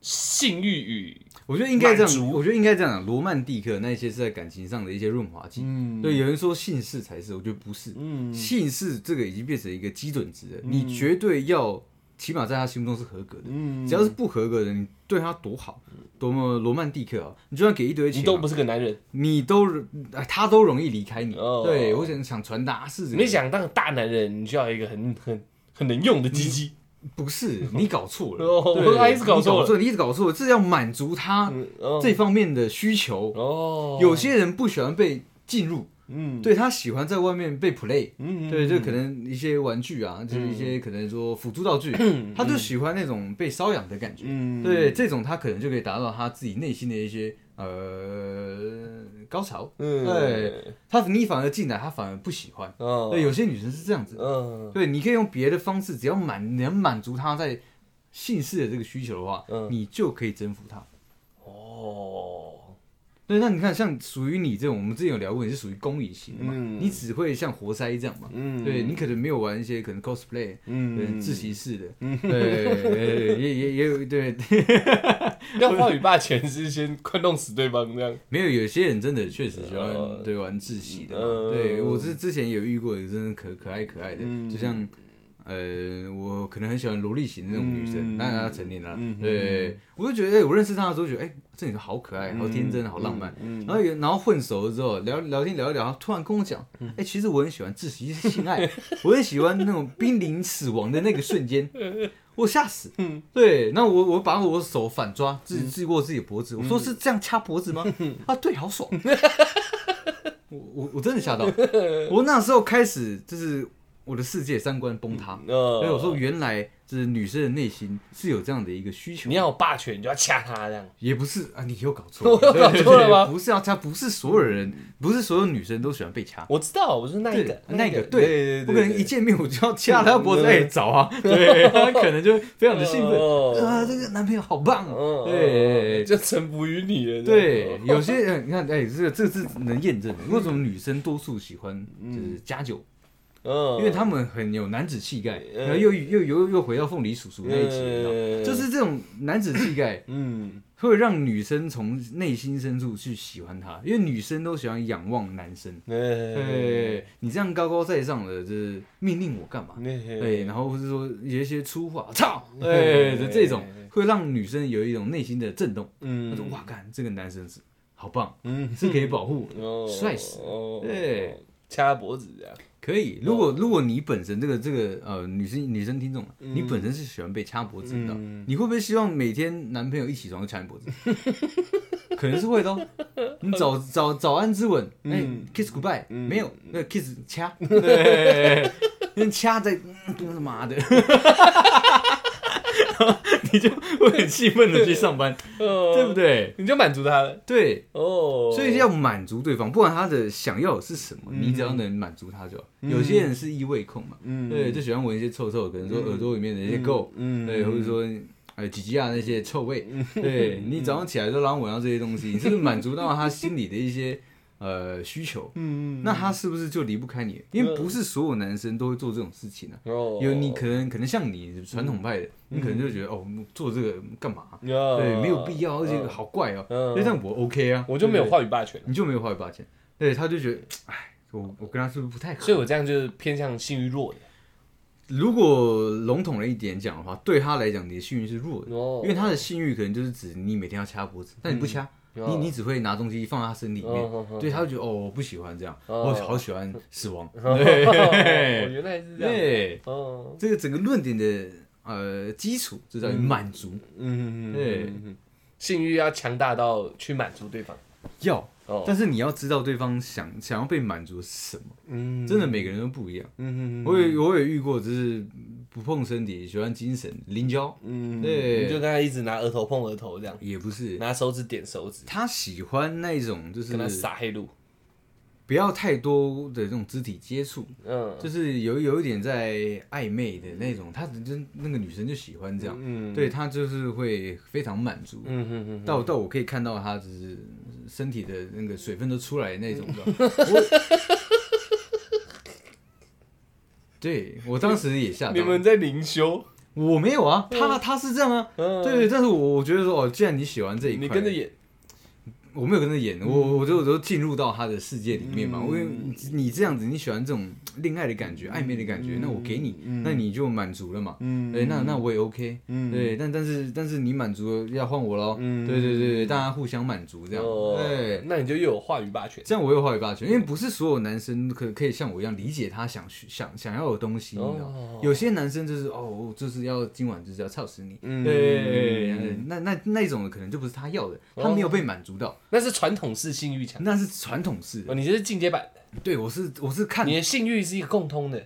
性欲与我觉得应该这满足样，我觉得应该这样讲。罗曼蒂克那一些是在感情上的一些润滑剂。嗯对，有人说性事才是，我觉得不是，嗯性事这个已经变成一个基准值了，你绝对要起码在他心目中是合格的。嗯，只要是不合格的，你对他多好，多么罗曼蒂克啊！你就算给一堆钱你啊，都不是个男人，你都哎他都容易离开你。哦对我想想传达是这个你想当个大男人，你就要有一个很很很能用的鸡鸡。不是 你搞错了，哦对他一直搞错了你你一直搞错了，这要满足他嗯哦这方面的需求。哦，有些人不喜欢被进入，嗯对他喜欢在外面被 play，嗯对，就可能一些玩具啊，就是一些可能说辅助道具，他就喜欢那种被瘙痒的感觉。嗯对，这种他可能就可以达到他自己内心的一些呃高潮。嗯对，他你反而进来，他反而不喜欢。哦对，有些女生是这样子。嗯对，你可以用别的方式，只要满能满足他在性事的这个需求的话，嗯你就可以征服他。哦对，那你看，像属于你这种，我们之前有聊过，你是属于公益型的嘛？嗯你只会像活塞这样嘛？嗯对你可能没有玩一些可能 cosplay，嗯，嗯自习室的，对，也也也有对，要话语霸权是先快弄死对方这样。没有有些人真的确实喜呃欢对玩自习的嘛呃。对我之之前有遇过，真的可可爱可爱的嗯，就像呃，我可能很喜欢萝莉型的那种女嗯生，当然她成年了嗯，对，我就觉得哎我认识她的时候觉得哎，这女生好可爱，好天真，好浪漫。嗯，然后有，然后混熟了之后聊聊天聊一聊，她突然跟我讲，嗯哎、其实我很喜欢窒息 性爱，我很喜欢那种濒临死亡的那个瞬间，我吓死。嗯对，那我我把我手反抓，自自过自己的脖嗯子，我说是这样掐 脖子吗？啊，对，好爽。我我我真的吓 到，我那时候开始就是我的世界三观崩塌，呃所以我说原来就是女生的内心是有这样的一个需求你。要有霸权，你就要掐他这样。也不是啊，你又搞错了， 我又搞错了吗嗯对对对 不是要掐，不是所有人，不是所有女生都喜欢被掐。我知道，我是那一对个，，那个对对，对，不可能一见面我就要掐她脖子，哎，找 啊，对，她可能就非常的兴奋，啊，这个男朋友好棒哦，对，就臣服于你了。对，有些人你看，哎，这个这个是能验 证的。为什么女生多数喜欢就是加酒？嗯，因为他们很有男子气概，嗯然后又又又又回到凤梨叔叔那一集，你知道吗嗯就是这种男子气概嗯会让女生从内心深处去喜欢他，因为女生都喜欢仰望男生。对嗯对，你这样高高在上的，就是命令我干嘛？对，对，然后或是说有一些粗话，操，对的这种嗯，会让女生有一种内心的震动。她说：“嗯哇，干，这个男生是好棒，嗯，是可以保护我的，哦帅死哦对，掐脖子这样。可以。如果如果你本身这个这个呃女生女生听众啊，你本身是喜欢被掐脖子的嗯，你会不会希望每天男朋友一起床就掐你脖子？可能是会的哦。你早早早安之吻，哎，kiss goodbye，没有，那 kiss 掐，对， 那掐在，嗯妈的。你就会很兴奋的去上班，对对不？对？你就满足他了对，哦，所以要满足对方，不管他的想要的是什么，你只要能满足他就好。有些人是异味控嘛，嗯对，就喜欢闻一些臭臭，可能说耳朵里面的一些垢，嗯对，或者说呃几吉亚那些臭味，对嗯你早上起来都让闻到这些东西，你是不是满足到他心里的一些呃需求？嗯那他是不是就离不开你？因为不是所有男生都会做这种事情啊。哦嗯有你可能可能像你传统派的，你可能就觉得哦做这个干嘛？对，对没有必要，而且好怪哦、哦嗯就像我 OK 啊，我就没有对不对话语霸权，你就没有花语八千，对，他就觉得，哎，我我跟他是不是不太合？所以我这样就是偏向性欲弱的。如果笼统了一点讲的话，对他来讲，你的幸运是弱的，哦因为他的幸运可能就是指你每天要掐脖子，但你不掐，哦你你只会拿东西放在他身体里面，哦哦哦对，他就觉得哦，我不喜欢这样，哦我好喜欢死亡，哦对，原来是这样。 对，哦，这个整个论点的呃基础就在于满足，嗯，对嗯嗯嗯性欲要强大到去满足对方。要哦但是你要知道对方想想要被满足是什么，嗯真的每个人都不一样。嗯嗯我也我也遇过，就是不碰身体，喜欢精神灵交，嗯，对你就跟他一直拿额头碰额头这样，也不是拿手指点手指，他喜欢那种就是跟他撒黑路，不要太多的这种肢体接触，嗯就是有有一点在暧昧的那种，他就那个女生就喜欢这样，嗯对他就是会非常满足。嗯嗯嗯，到到我可以看到他只是身体的那个水分都出来的那种嗯的，我 对我当时也吓到你，们在灵修，我没有啊，他他是这样啊，嗯对，但是我我觉得说哦，既然你喜欢这一块，你跟着演，我没有跟他演，嗯我我就我就进入到他的世界里面嘛。因为你你这样子，你喜欢这种恋爱的感觉、暧昧的感觉，那我给你，那你就满足了嘛。嗯对，那那我也 OK。嗯对，但但是但是你满足了，要换我喽。嗯对对对对，大家互相满足这样。哦对，那你就又有话语霸权，这样我有话语霸权，因为不是所有男生可可以像我一样理解他想想想要的东西，你知道吗哦有些男生就是哦，我就是要今晚就是要操死你，嗯对，那那那种可能就不是他要的，他没有被满足到，那是传统式性欲强，那是传统式的哦，。你这是进阶版，对，我是我是看你的性欲是一个共通的，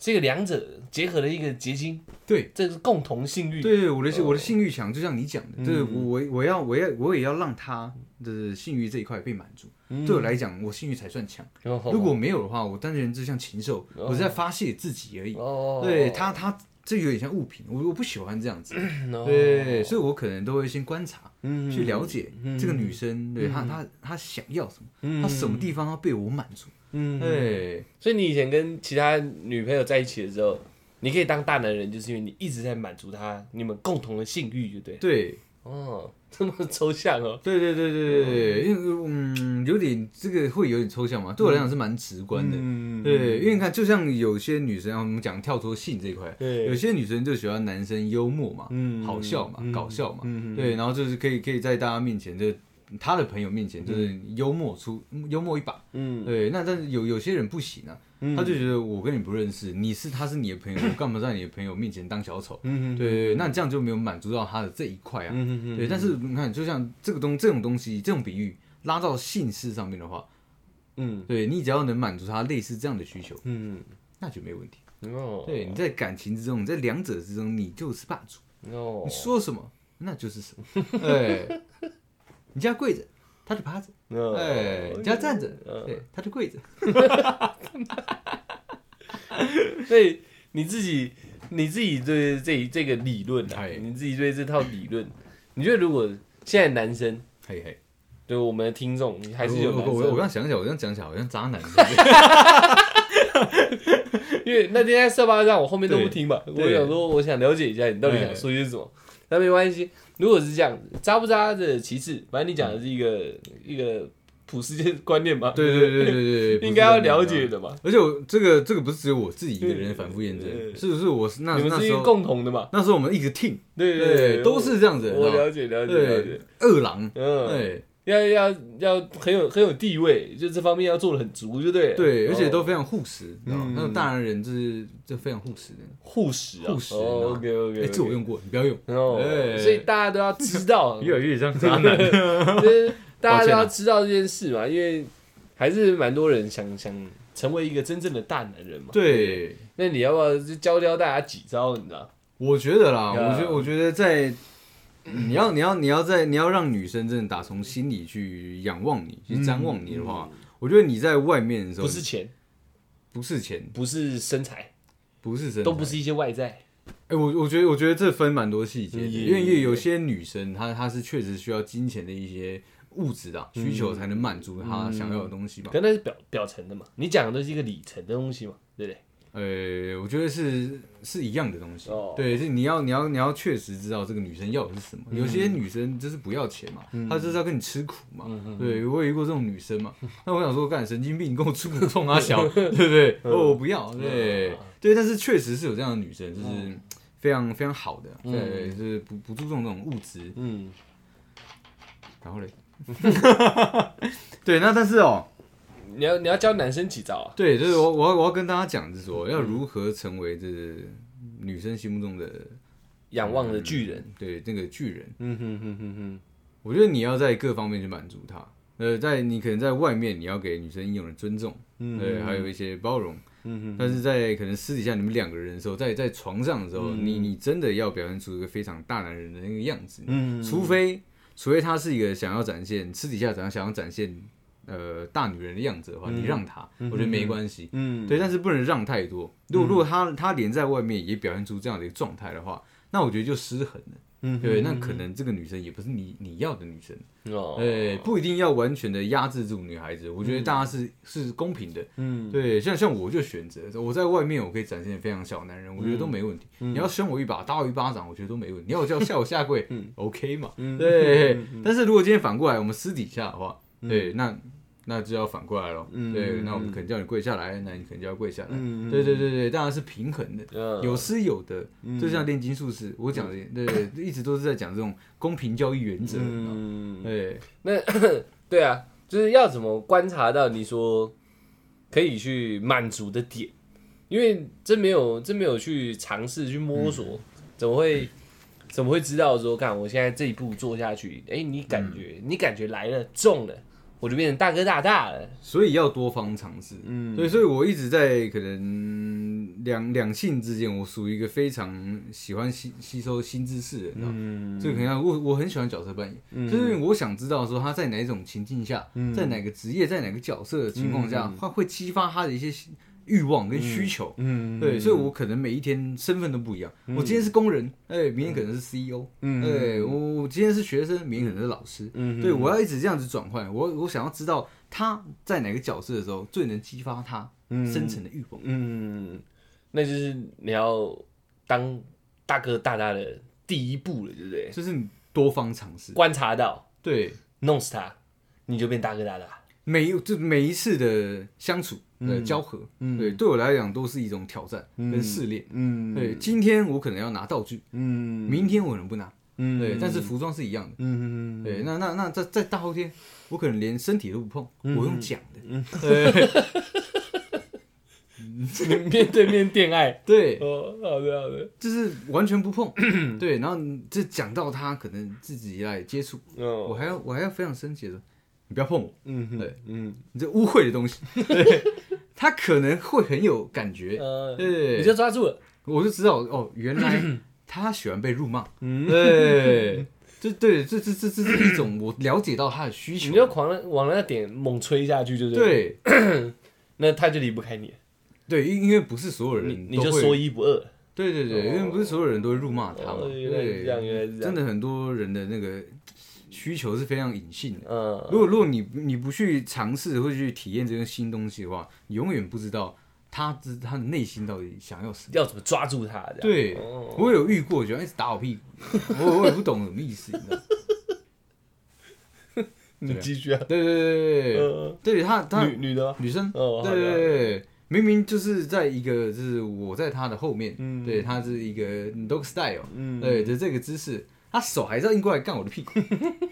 是一个两者结合的一个结晶，对这是共同性欲，对对，我的哦性我的性欲强，就像你讲的，对我嗯我我要我要我也要让他的性欲这一块被满足。对我来讲，我性欲才算强。嗯哦，如果没有的话，我单纯就像禽兽，我是在发泄自己而已。哦，对他他这有点像物品，我我不喜欢这样子。哦，对，所以我可能都会先观察，嗯去了解这个女生，对她她她想要什么，她什么地方要被我满足。嗯，对，所以你以前跟其他女朋友在一起的时候，你可以当大男人，就是因为你一直在满足她你们共同的性欲，就对。对，哦，这么抽象哦。对对对对对，因为嗯，有点这个会有点抽象嘛，对我来讲是蛮直观的。嗯，对，因为你看，就像有些女生，啊我们讲跳脱性这一块，对有些女生就喜欢男生幽默嘛，嗯好笑嘛，搞笑嘛，嗯对，然后就是可以可以在大家面前，就是她的朋友面前，就是幽默出幽默一把，嗯对，那但是有有些人不行啊，他就觉得我跟你不认识，你是他是你的朋友，我干嘛在你的朋友面前当小丑？嗯对对，对那这样就没有满足到他的这一块啊。嗯对，但是你看，就像这个东这种东西，这种比喻拉到性事上面的话，嗯对你只要能满足他类似这样的需求，嗯那就没问题。嗯，哦，对，你在感情之中，你在两者之中，你就是霸主，哦你，说什么那就是 什么。对，你家跪着，他就趴着；哦哎，你家站着，嗯对，他就跪着。所以你自己你自己对这这个理论啊，哎你自己对这套理论，你觉得如果现在男生嘿嘿，对我们的听众，你还是有我男我我我生，刚想起来，我刚讲起来好像渣男。 因为那天在社巴上，我后面都不对听嘛，我对想说我想了解一下你到底想说些什么，那没关系，如果是这样子，渣不渣的其次，反正你讲的是一个一个普世界观念嘛， 对对对对对对，应该要了不是解渣男。的嘛，而且我这个这个不是只有我自己一个人反复验对证，是不是？我是那你们那是一时个候共同的嘛，那时候我们一直听，对对，对，都是这样子，我你知我道吗了解了解了对解，，二郎，嗯，对要要要很有很有地位，就这方面要做的很足，就对了，对，而且哦嗯都非常护食，你知道吗？那种大男人就是就非常护食的，护食啊，护食你知 OK 哎， OK，这我用过，你不要用，哦哎，所以大家都要知道，啊 越来越像渣男。 就是大家抱都歉啊要知道这件事嘛，因为还是蛮多人想想成为一个真正的大男人嘛。对，那你要不要就教教大家几招？你知道？我觉得啦， Yeah 我觉得我觉得在。你要你要你要在你要让女生真的打从心里去仰望你，去瞻望你的话，我觉得你在外面的时嗯候不是钱，不是钱，不是身材，不是真都不是一些外在。哎、我我觉得我觉得这分蛮多细节的，嗯也因为也也有些女生她她是确实需要金钱的一些物质啊需求才能满嗯足她想要的东西吧。可那是表表层的嘛，你讲的都是一个里层的东西嘛，对不对？呃，我觉得是是一样的东西，哦对，是你要你要你要确实知道这个女生要的是什么。有嗯些女生就是不要钱嘛，她就是要跟你吃苦嘛。嗯对我有遇过这种女生嘛，那我想说，干神经病，你跟我吃苦痛啊嗯小，对不对？哦，我不要，对对，但是确实是有这样的女生，嗯就是非常非常好的，对，就是不不注重这种物质，嗯，然后嘞， 对，那但是哦，嗯你要你要教男生几招啊？对，就是我我要我要跟大家讲，就是说要如何成为这女生心目中的仰望的巨人。对那个巨人。嗯哼哼哼哼，我觉得你要在各方面去满足她，呃，在你可能在外面你要给女生应有的尊重，嗯对，还有一些包容，嗯但是在可能私底下你们两个人的时候，在在床上的时候，你你真的要表现出一个非常大男人的那个样子，嗯除非除非他是一个想要展现私底下想要想要展现呃大女人的样子的话，你让他，我觉得没关系，嗯，对，但是不能让太多。如果如果他他连在外面也表现出这样的一个状态的话，那我觉得就失衡了。嗯对，那可能这个女生也不是你你要的女生，哦，对，不一定要完全的压制住女孩子。我觉得大家是是公平的，嗯对，像像我就选择我在外面我可以展现得非常小男人，我觉得嗯都没问题。你要扇我一把，打我一巴掌，我觉得都没问题。你要我叫 下我下跪，OK 嘛？嗯 对。但是如果今天反过来，我们私底下的话，对，那那就要反过来了。嗯对，那我们可能叫你跪下来，那你可能就要跪下来。嗯对对对对，当然是平衡的，嗯有失有得。就像炼金术士，我讲的对对，对一直都是在讲这种公平交易原则。嗯，对，对啊，就是要怎么观察到你说可以去满足的点，因为真没有真没有去尝试去摸索，怎么会怎么会知道说，看我现在这一步做下去，哎、你感觉、你感觉来了中了，我就变成大哥大大了，所以要多方尝试。嗯，所以所以我一直在可能两两性之间，我属于一个非常喜欢吸吸收新知识的人，嗯，这个可能要我我很喜欢角色扮演，嗯就是因为我想知道说他在哪一种情境下，在哪个职业，在哪个角色的情况下，他会激发他的一些欲望跟需求，嗯对，所以我可能每一天身份都不一样。我今天是工人，哎、明天可能是 CEO，嗯哎，我我今天是学生，明天可能是老师，嗯对我要一直这样子转换。我我想要知道他在哪个角色的时候最能激发他深层的欲望。嗯，那就是你要当大哥大大的第一步了，对不对？就是你多方尝试，观察到对，弄死他，你就变大哥大大。每一就每一次的相处、嗯呃交合，对，对我来讲都是一种挑战跟试炼。嗯对，今天我可能要拿道具，嗯明天我可能不拿，嗯对，但是服装是一样的。嗯对，那那那在在大后天，我可能连身体都不碰，我用讲的。 嗯，面对 面恋爱。对，哦，好的好的，就是完全不碰。对，然后这讲到他可能自己来接触，我哦，还要我还要非常生气的，你不要碰我，嗯哼对，嗯，你这污秽的东西。 对，他可能会很有感觉，呃，对你就抓住了，我就知道哦，原 来他喜欢被辱骂。嗯对，这对这这这这是一种我了解到他的需你求。就狂往那点猛吹下去，就对。，对那他就离不开你，对，因因为不是所有人你你都就会说一不二。对对对，因为不是所有人都会辱骂他嘛，哦原来是对，这样，原来是这样。真的很多人的那个需求是非常隐性的。嗯如果如果你你不去尝试或去体验这个新东西的话，你永远不知道他知他的内心到底想要什么。要怎么抓住他？这样，对，哦我有遇过，喜欢一直打我屁股，我我也不懂什么意思，你知道吗？你继续啊。对对对对对嗯，对，对他他女女的吗，女生，哦好对的对对对，明明就是在一个，就是我在他的后面，嗯对，他是一个 dog style，嗯对，的这个姿势，他手还是要硬过来干我的 屁股，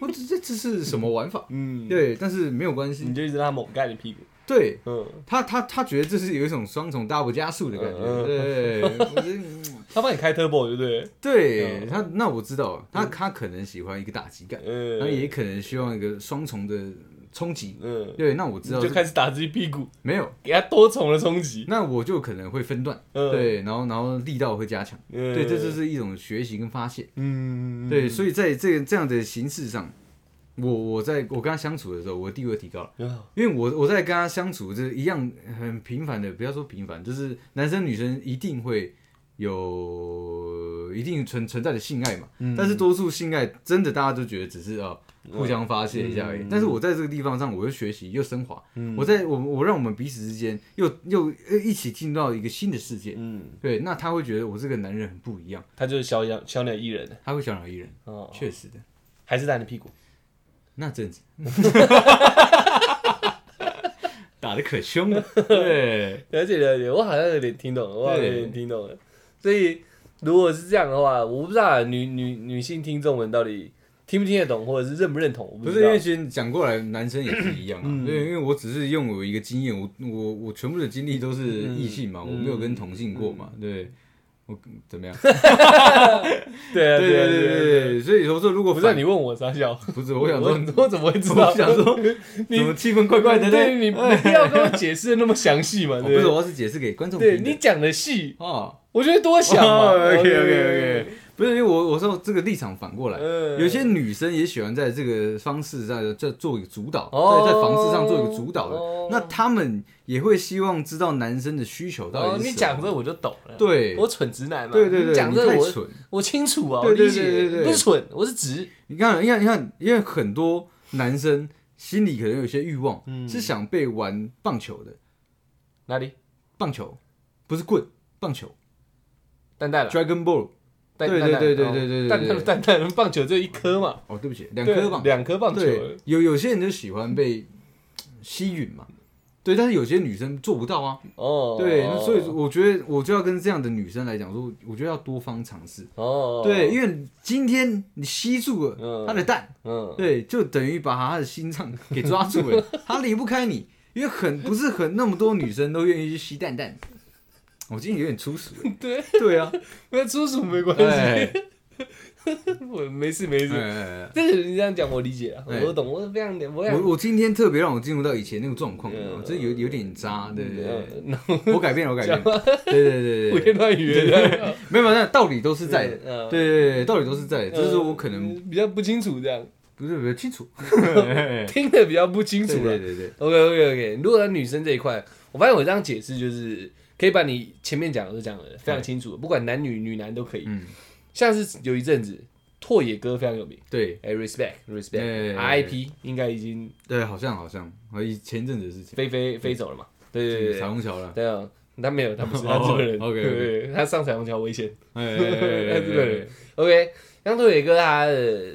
我这这这是什么玩法？嗯，对，但是没有关系你，就一直让他猛盖你屁股。对嗯，他他他觉得这是有一种双重 double 加速的感觉，嗯对，我觉得 嗯他帮你开 turbo，对不对？对他那我知道，他他可能喜欢一个打击感，嗯，那也可能希望一个双重的冲击，嗯，对，那我知你道就这开始打自己屁股，没有。给他多重的冲击。那我就可能会分段，嗯对，然后然后力道会加强，嗯对，这就是一种学习跟发泄，嗯，对，所以在这这样的形式上，我我在我跟他相处的时候，我的地位提高了，嗯因为我我在跟他相处，这一样很频繁的，不要说频繁，就是男生女生一定会有一定存存在的性爱嘛，但是多数性爱真的大家都觉得只是啊。互相发泄一下而已，但是我在这个地方上，我又学习又升华，我在我我让我们彼此之间又又呃一起进入到一个新的世界，嗯，对，那他会觉得我这个男人很不一样，他就是小鸟小鸟依人他会小鸟依人，哦，确实的，还是打你屁股。那 阵子，打的可凶了，对，了解了解，我好像有点听懂了，我好像有点听懂了。所以如果是这样的话，我不知道啊女女女性听众们到底听不听得懂，或者是认不认同，我不知是因道嗯为。其实讲过来，男生也是一样啊，对，因为我只是用我嗯一个经验，我我我全部的经历都是异性嘛，我没有跟同性过嘛，对。我怎么样？ 对啊，对对啊对对对啊对对啊。对对，所以说，如果我不知道反你问我傻笑，不是，我想 说，我怎么会知道？我想说 你怎么气氛怪怪的对，呢？你没必要跟我解释的那么详细嘛，哦对不对是，我要是解释给观众对听的你讲的细，哦。我觉得多想 嘛。哦 OK OK OK，不是因为我我说这个立场反过来，嗯有些女生也喜欢在这个方式上在做一个主导，哦在在房事上做一个主导的哦，那他们也会希望知道男生的需求哦，到底是你什讲么。这我就懂了。对我蠢直男嘛。对对对，你讲你这太我蠢。我清楚啊，我对对理解，对对对不是蠢，我是直。你看，你看，你看，因为很多男生心里可能有些欲望，嗯是想被玩棒球的，哪里？棒球不是棍，棒球蛋蛋了。 Dragon Ball。蛋对蛋蛋对对哦对对对对蛋蛋对蛋蛋棒球就一颗嘛，哦，对不起，两颗棒球对两颗棒球。对，有有些人就喜欢被吸引嘛，对，但是有些女生做不到啊，哦，对，那所以我觉得我就要跟这样的女生来讲说，我觉得要多方尝试，哦，对，，因为今天你吸住了嗯她的蛋，嗯，对，就等于把她的心脏给抓住 了，她离不开你，因为很不是很那么多女生都愿意去吸蛋蛋，我今天有点粗俗，对， 对 啊，那出什么没关系，哎，我没事没哎事。哎哎这个你这样讲我理解了，哎我懂，我非常我我想，我今天特别让我进入到以前那个状况，这有有点渣，对对对。嗯，我改变了，我 改变了。对对对胡对对，言乱语，对没有没有，那道理都是在的。嗯对对对，道理都是在的，只是说我可能比较不清楚，这样不是比 较清楚。 对听得比较不清楚对了。对对， OK OK OK，如果在女生这一块，我发现我这样解释就是可以把你前面讲的都讲的非常清楚，不管男女女男都可以。嗯，像是有一阵子拓野哥非常有名，对哎，respect 哎 respect RIP 应该已经对，好像好像，我以前阵子的事情，飞飞飞走了嘛？对对对彩对，虹桥了。对啊，他没有，他不是他这个人 哦，OK，OK 对，他上彩虹桥危险。哎 哎哎 哎日本人。OK，像拓野哥他的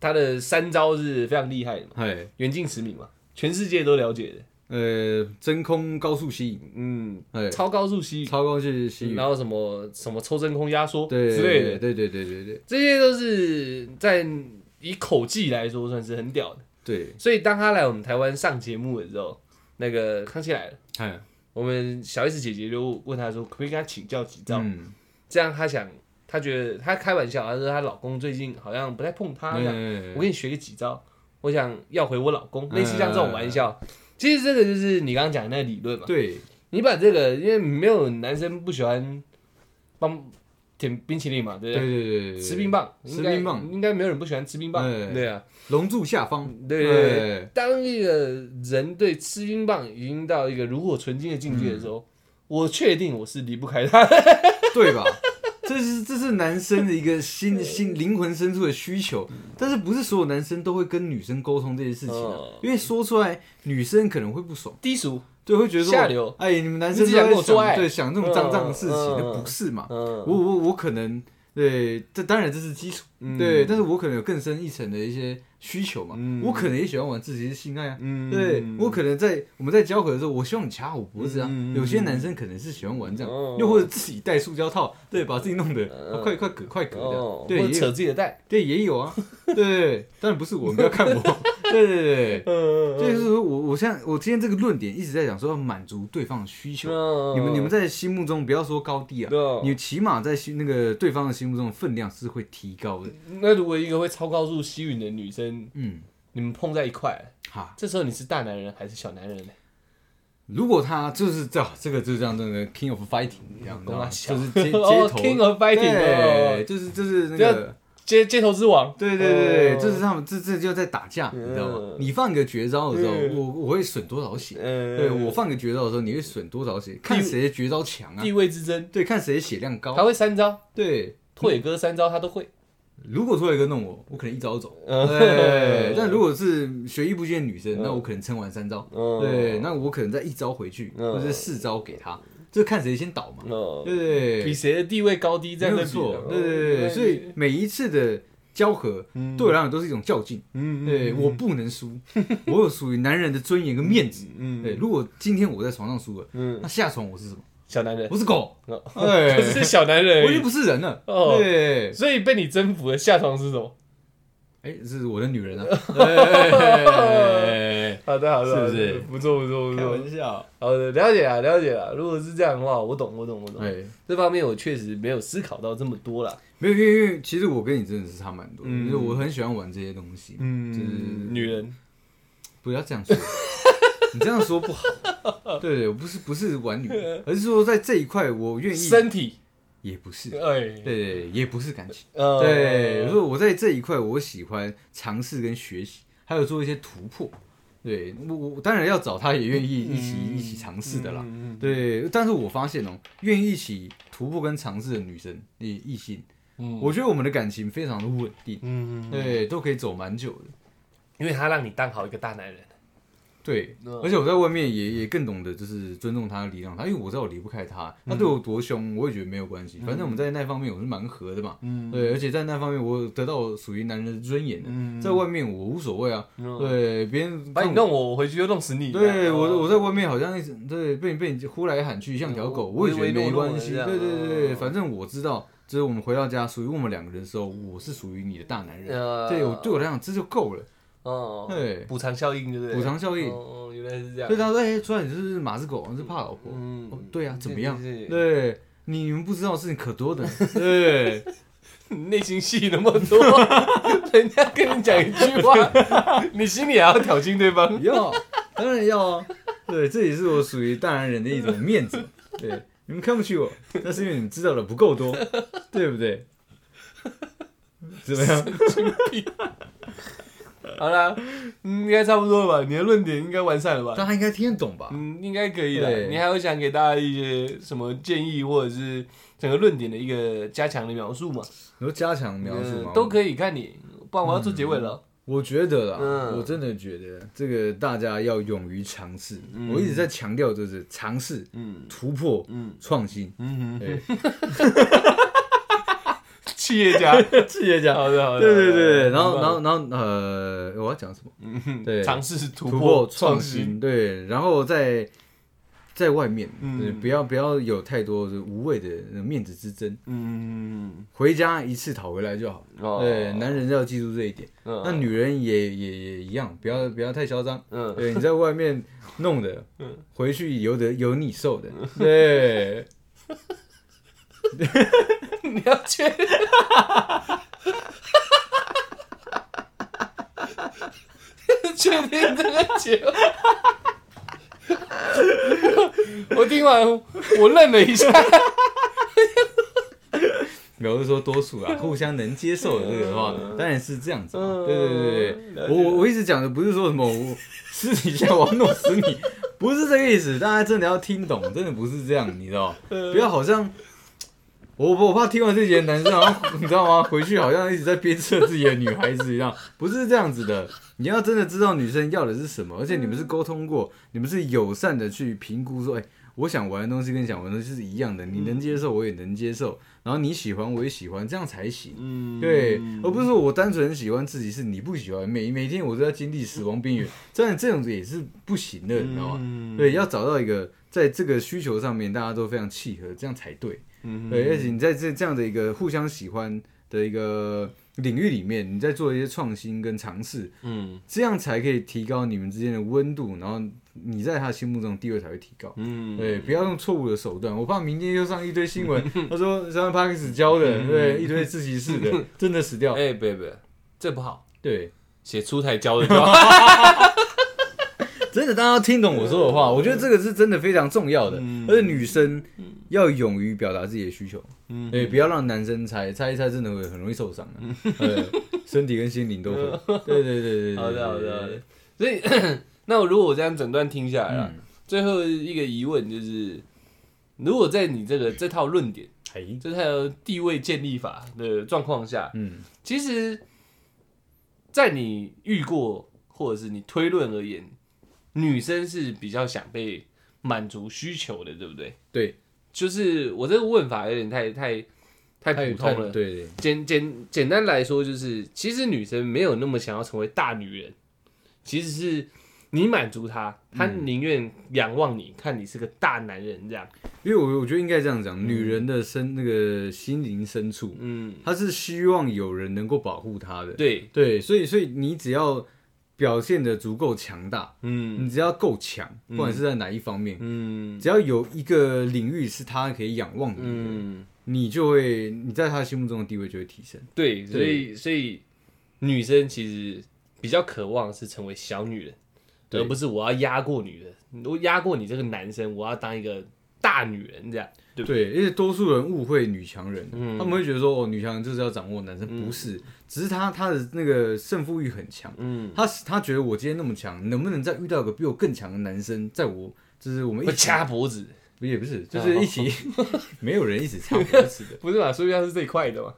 他的三招是非常厉害的嘛，哎，远近驰名嘛，全世界都了解的。呃，真空高速吸引，嗯，哎，超高速吸超高速吸引，引然，后什么什么抽真空压缩嗯对嗯之类的，对对对对对这些都是在以口技来说算是很屌的。对，所以当他来我们台湾上节目的时候，那个康熙来了，哎，我们小 S 姐姐就问他说，可不可以跟他请教几招？嗯，这样他想，他觉得他开玩笑，他说她老公最近好像不太碰她，这样我给你学个几招，我想要回我老公，嗯类似像这种玩笑。其实这个就是你刚刚讲的那个理论嘛，对，你把这个，因为没有男生不喜欢帮舔冰淇淋嘛，对对不对？对对对，吃冰棒，吃应该冰棒应该没有人不喜欢吃冰棒，哎对啊。龙柱下方，哎对对对，当一个人对吃冰棒已经到一个炉火纯青的境界的时候，我确定我是离不开他的。 对吧？这是这是男生的一个心心灵魂深处的需求，但是不是所有男生都会跟女生沟通这些事情、啊哦因为说出来女生可能会不爽，低俗，对，会觉得说下流哎，你们男你生只都想在跟我做想爱对想这种脏脏的事情，嗯嗯那不是嘛？我嗯，我我可能对，这当然这是基础、嗯对，但是我可能有更深一层的一些需求嘛，我可能也喜欢玩自己的性爱啊。嗯对我可能在我们在交合的时候，我希望你卡我脖子啊。嗯有些男生可能是喜欢玩这样，哦又或者自己戴塑胶套，对，把自己弄得、啊快快嗝快嗝的，哦，对，或者也扯有自己的蛋，对也 有啊，对，当然不是我，不要看我，对对对。嗯就是说我，我现在我今天这个论点一直在讲说要满足对方的需求，你们你们在心目中不要说高低啊嗯对，你起码在心那个对方的心目中的分量是会提高的。那如果一个会超高速吸吮的女生，嗯，你们碰在一块，好，这时候你是大男人还是小男人呢？如果他就是这这个就是这样，真的 King of Fighting 一样，你知道跟吗他小就是 街街哦头啊，King of Fighting，对哦就是就是那不要个，街街头之王，对对对哦对，就是他们这这就在打架，你知道吗嗯？你放个绝招的时候，嗯我我会损多少血？嗯对我放个绝招的时候，你会损多少血？看谁的绝招强啊地？位之争，对，看谁的血量嗯他高。会三招，对，拓野哥三招他都会，如果说有一个弄我，我可能一招走。嗯对，但如果是学艺不精的女生，那我可能撑完三招。嗯对，那我可能再一招回去，嗯或者是四招给她，就看谁先倒嘛。哦，对对比对，谁的地位高低在那没有比啊哦的错，对对对，所以每一次的交合，对我来讲都是一种较劲。嗯对我不能输， 我有属于男人的尊严跟面子。嗯对，如果今天我在床上输了，嗯，那下床我是什么？小男人，我是狗， 哦哎 就是小男人而我就已，不是人了。哦对，所以被你征服的下床是什么？哎、这是我的女人啊，哦哎好的，好的，是不好的是不错，不错，不开错。玩笑，好的，了解啊，了解啊。如果是这样的话，我懂，我懂，我懂。哎，这方面我确实没有思考到这么多啦。没有，因为因为其实我跟你真的是差蛮多的，嗯就是我很喜欢玩这些东西，嗯，女人，不要这 样说，你这样说不好。对对，我不是不是 玩女人，而是说在这一块我愿意，身体，也不是，哎，对对，也不是感情。呃对，所以我在这一块我喜欢尝试跟学习，还有做一些突破。对我我当然要找他，也愿意一起、一起尝试的啦。嗯嗯嗯嗯对，但是我发现哦、愿意一起突破跟尝试的女生，异异性，嗯我觉得我们的感情非常的稳定，嗯，对，都可以走蛮久的。因为他让你当好一个大男人。对嗯，而且我在外面也也更懂得就是尊重他、礼让他，因为我知道我离不开他，嗯他对我多凶，我也觉得没有关系。反正我们在那方面我是蛮和的嘛，嗯对，而且在那方面我得到我属于男人的尊严的，嗯在外面我无所谓啊，嗯对，别人把你看我。弄哦我，我回去就弄死你。对我，我在外面好像一直对被你被你呼来喊去，像条狗，嗯我也觉得没关系。唯唯诺诺的这样对对对对，嗯反正我知道，就是我们回到家，属于我们两个人的时候，我是属于你的大男人。呃对我对我来讲，这就够了。哦，对，补偿效应对不对？补偿效应哦，原来是这样。所以他说：“哎，虽然你就是马子狗，你是怕老婆。”嗯哦，对啊，怎么样？对对对，你们不知道的事情可多的。对， 内心戏那么多， 人家跟你讲一句 话，你心里还要挑衅对方。要，当然要啊。对，这也是我属于大男人的一种面子。对，你们看不起我，那是因为你们知道的不够多，对不对？ 怎么样？好啦，嗯，应该差不多了吧？你的论点应该完善了吧？大家应该听得懂吧？嗯，应该可以的。对你还有想给大家一些什么建议，或者是整个论点的一个加强的描述吗？你说加强描述吗嗯？都可以看你，不然我要做结尾了。我觉得啦，嗯我真的觉得这个大家要勇于尝试。我一直在强调就是尝试、嗯突破、嗯创新。嗯哼，对， 企业家，企业家好的好的， 对对对，然后很然棒后然后呃，我要讲什么？嗯哼对尝试突突破创创新，对，然后在在外面，嗯对，不要不要有太多的无谓的那种面子之争，嗯，回家一次讨回来就好。哦对，男人要记住这一点，嗯那女人也也也一样，不要不要太嚣张。嗯，对，你在外面弄的，回去有的有你 受的，对， 你要确认。确定这个结尾， 我听完我愣了一下，表示说多数 啊，互相能接受的这个的话，当然是这样子嘛。嗯对对对了对，解我我我一直讲的不是说什么我私底下我要弄死你，不是这个意思，大家真的要听懂，真的不是这样，你知道？嗯不要好像。我我怕听完这节男生好像你知道吗？回 去好像一直在鞭策自己的女孩子一样，不是这样子的。你要真的知道女生要的是什么，而且你们是沟通过，你们是友善的去评估说，哎、我想玩的东西跟你想玩的东西是一样的，你能接受我也能接受，然后你喜欢我也喜欢，这样才行。嗯对，而不是说我单纯喜欢自己，是你不喜欢，每每天我都要经历死亡边缘，这样这种也是不行的，你知道吗？啊嗯对，要找到一个在这个需求上面大家都非常契合，这样才对。嗯对，而且你在这这样的一个互相喜欢的一个领域里面，你在做一些创新跟尝试，嗯这样才可以提高你们之间的温度，然后你在他心目中的地位才会提高。嗯，对，不要用错误的手段，我怕明天又上一堆新闻，他说上面 p a r k 教的，对，一堆自习室的，真的死掉。嗯哎，别别，这不 好，对，写出台教的就好。真的大家要听懂我说的话，我觉得这个是真的非常重要的，而且女生要勇于表达自己的需求，嗯对，不要让男生猜，猜一猜真的会很容易受伤的，对，身体跟心灵都 会。对对对对，对好的好的好的，，所以 那我如果我这样整段听下来啊，最后一个疑问就是，如果在你这个这套论点。哎，这套地位建立法的状况下，嗯其实，在你遇过或者是你推论而言，女生是比较想被满足需求的，对不对？对，就是我这个问法有点太太太普通了。对对，简简简单来说，就是其实女生没有那么想要成为大女人，其实是你满足他，他宁愿仰望你，看你是个大男人这样。因为我我觉得应该这样讲，女人的深那个心灵深处，嗯，她是希望有人能够保护她的。对，对，所以所以你只要表现的足够强大，嗯你只要够强，不管是在哪一方面，嗯只要有一个领域是她可以仰望的，嗯，你就会你在她心目中的地位就会提升。对，所以所以女生其实比较渴望是成为小女人，对而不是我要压过女人，我压过你这个男生，我要当一个大女人这样。对嗯对，因为多数人误会女强人，他们会觉得说哦，女强人就是要掌握男生，不是，只是她她的那个胜负欲很强，嗯，她她觉得我今天那么强，能不能再遇到一个比我更强的男生，在我就是我们一我啊起，掐脖子，也不是，就是一起， 没有人一起掐脖子的，不是嘛？说不定他是最快的嘛，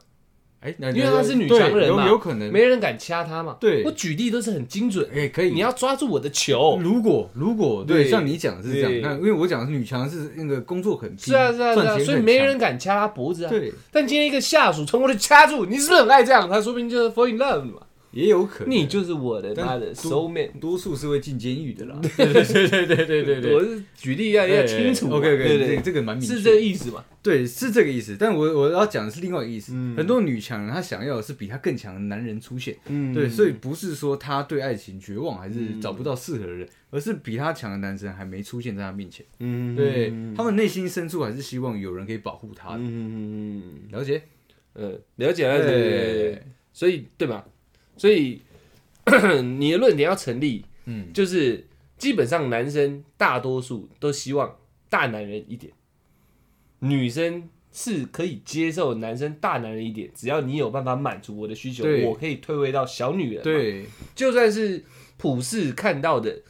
哎，因因为她是女强人嘛有有可能，没人敢掐他嘛。对我举例都是很精准，哎可以，你要抓住我的球。如果如果对，对像你讲的是这对样，那因为我讲的是女强人是那个工作很拼，是啊是啊是赚啊，钱所以很没强人敢掐他脖子啊。对，但今天一个下属冲过去掐住，你是不是很爱这样？他说不定就是 fall in love 嘛，也有可能，你就是我的但妈的都 soul man。多数是会进监狱的啦。对对对对对对我是举例要要清楚嘛啊 OK 对 OK，不这对个这个蛮明确是的这个意思嘛？对是这个意思，但我我要讲的是另外一个意思。很多女强人她想要的是比她更强的男人出现，嗯对，所以不是说她对爱情绝望还是找不到适合的人，而是比她强的男生还没出现在她面前。嗯对，他们内心深处还是希望有人可以保护她的。嗯了解？嗯，了解了解，对对对对所以对吧？所以 你的论点要成立，嗯，就是基本上男生大多数都希望大男人一点，女生是可以接受男生大男人一点，只要你有办法满足我的需求，对我可以退位到小女人。，对，就算是普世看到的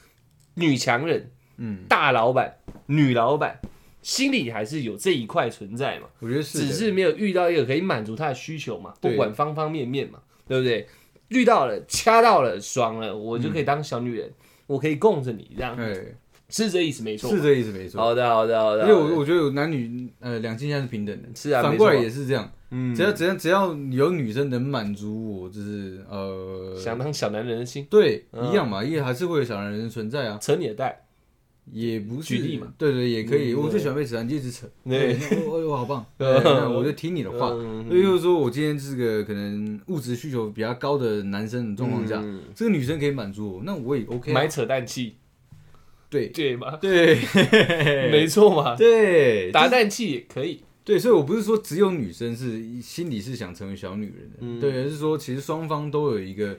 女强人、嗯，大老板、女老板，心里还是有这一块存在嘛，我觉得是的，只是没有遇到一个可以满足她的需求嘛，对不管方方面面嘛，对不对？遇到了，掐到了，爽了，我就可以当小女嗯人，我可以供着你，这样哎，是这意思没错。是这意思没错。好的，好的，好的。因为我我觉得有男女呃两性现在是平等的，是啊反过来没错也是这样。嗯只要只要只要有女生能满足我，就是呃，想当小男人的心，对，嗯一样嘛，因为还是会有小男人存在啊，扯你的带，也不是举例嘛，对对，也可以。嗯我对最喜欢被扯，你就一直扯，对对，我我我好 棒，嗯对那我就听你的话。嗯所以就是说我今天是个可能物质需求比较高的男生的状况下，嗯这个女生可以满足我，那我也 OK 啊。买扯淡器，对对吗？ 对没错嘛，对，打蛋器也可以。对，所以我不是说只有女生是心里是想成为小女人的，嗯对，而是说其实双方都有一个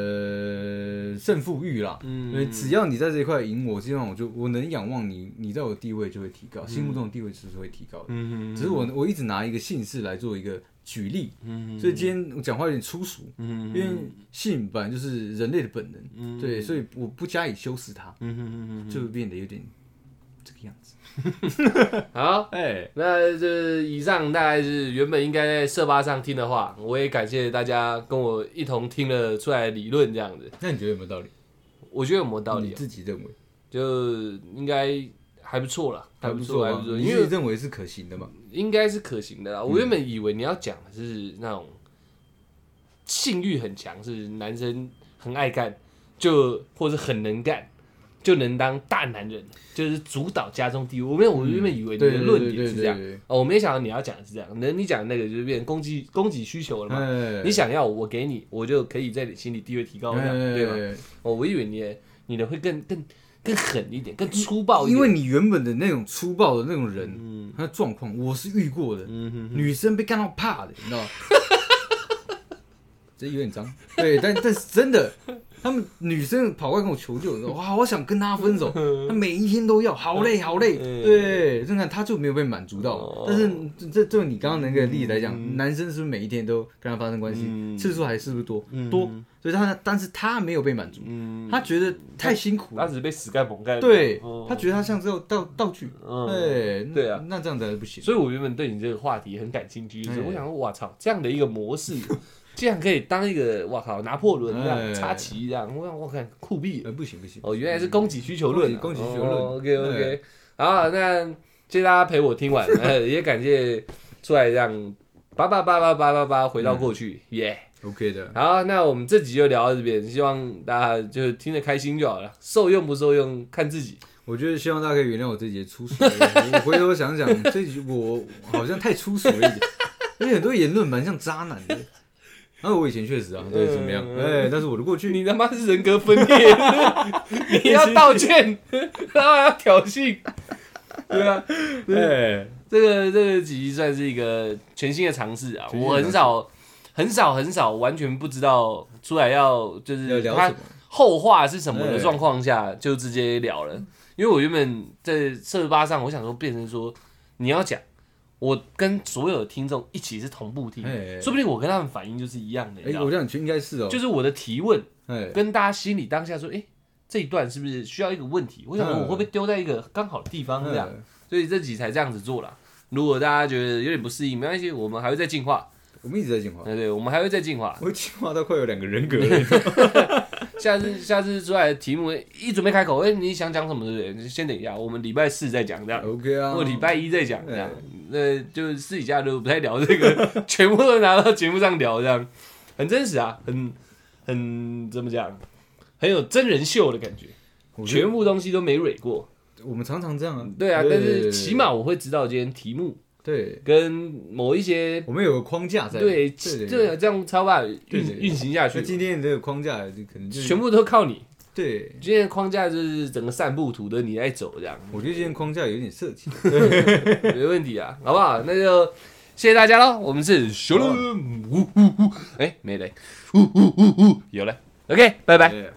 呃胜负欲啦。因为嗯，只要你在这一块赢我，基本上我就我能仰望你，你在我地位就会提高，心目中的地位是会提高的。嗯只是我我一直拿一个姓氏来做一个举例，嗯所以今天我讲话有点粗俗，嗯因为性本来就是人类的本能，嗯对，所以我不加以修饰它，嗯就会变得有点这个样子。好。哎、那这呃以上大概是原本应该在社巴上听的话，我也感谢大家跟我一同听了出来的理论这样子，那你觉得有没有道理？我觉得有没有道理你啊？自己认为？就应该还不错啦，还还不不错，错还啊，嗯不错，你因是为认为是可行的嘛？应该是可行的啦。我原本以为你要讲的是那种性欲很强，是男生很爱干，就或者很能干，就能当大男人，就是主导家中地位。我没有，我原本以为你的论点是这样对对对对对哦，我没想到你要讲的是这样。那你讲的那个就是变成供给供给需求了嘛？哎，你想要我给你，我就可以在你心里地位提高，这样哎对吧？哦，我以为你的你的会更更更狠一点，更粗暴一点，因为你原本的那种粗暴的那种嗯人，他的状况我是遇过的，女生被干到怕的，你知道吗？ 这有点脏， 对，但但是真的，他们女生跑过来跟我求救，你知道哇，我想跟他分手，他每一天都要，好累好累，嗯对，你看他就没有被满足到嘛哦。但是这这就你刚刚那个例子来讲，男生是不是每一天都跟他发生关系，嗯次数还是不是多嗯多？所以他但是他没有被满足，嗯，他觉得太辛苦了他，只是被死盖猛盖的，对哦他觉得他像这种道道具，嗯对那对啊那这样子不行。所以我原本对你这个话题很感兴趣，就是哎我想说，哇操，这样的一个模 式，竟然可以当一个哇靠拿破仑这哎样插旗这样，我想我看酷毙了。呃，不行不行，哦，原来是供给需求论啊，供给供给需求论 OK OK，好，那谢谢大家陪我听完，呃也感谢出来让八八八八八八八回到过去，耶， OK 的，好，那我们这集就聊到这边，希望大家就听得开心就好了，受用不受用看自己。我觉得希望大家可以原谅我这节粗俗，我回头想想， 这集我好像太粗俗了一点，因为很多言论蛮像渣男的。那、我以前确实啊，对，怎嗯么样？哎、但是我的过去，你他妈是人格分裂，你要道歉，然后还要挑衅，对啊，对，这个这个集算是一个全新的尝试啊，全新的尝试我很少很少很少完全不知道出来要就要是聊他什么后话是什么的对状况下就直接聊了，因为我原本在社吧上，我想说变成说你要讲，我跟所有的听众一起是同步听哎，哎说不定我跟他们反应就是一样的，你哎、知道吗？我想应该是哦，嗯就是我的提问哎、跟大家心里当下说，哎，这一段是不是需要一个问题？我想说我会不会丢在一个刚好的地方这样？嗯所以这集才这样子做啦。如果大家觉得有点不适应，没关系，我们还会再进化。我们一直在进化，对对，我们还会再进化。我进化到快有两个人 格了。下次下次出来的题目一准备开口，哎、你想讲什么对不对？你先等一下，我们礼拜四再讲这样， OK 啊，或礼拜一再讲这样。那就是私底下就不太聊这个， 全部都拿到节目上聊这样，很真实啊，很很怎么讲，很有真人秀的感觉。我觉得全部东西都没蕊过，我们常常这样啊。对啊，但是起码对我会知道今天题目对，跟某一些我们有个框架在。对，对对，啊这样才把运对对运行下那去。今天这个框架就可能就是全部都靠你，对。今天的框架就是整个散步图都你在走，这样我觉得今天框架有点设计。没问题啊，好不好？那就谢谢大家喽，我们是熊了，呜呜呜，哎，没嘞，呜呜呜呜，有了，OK，拜拜。对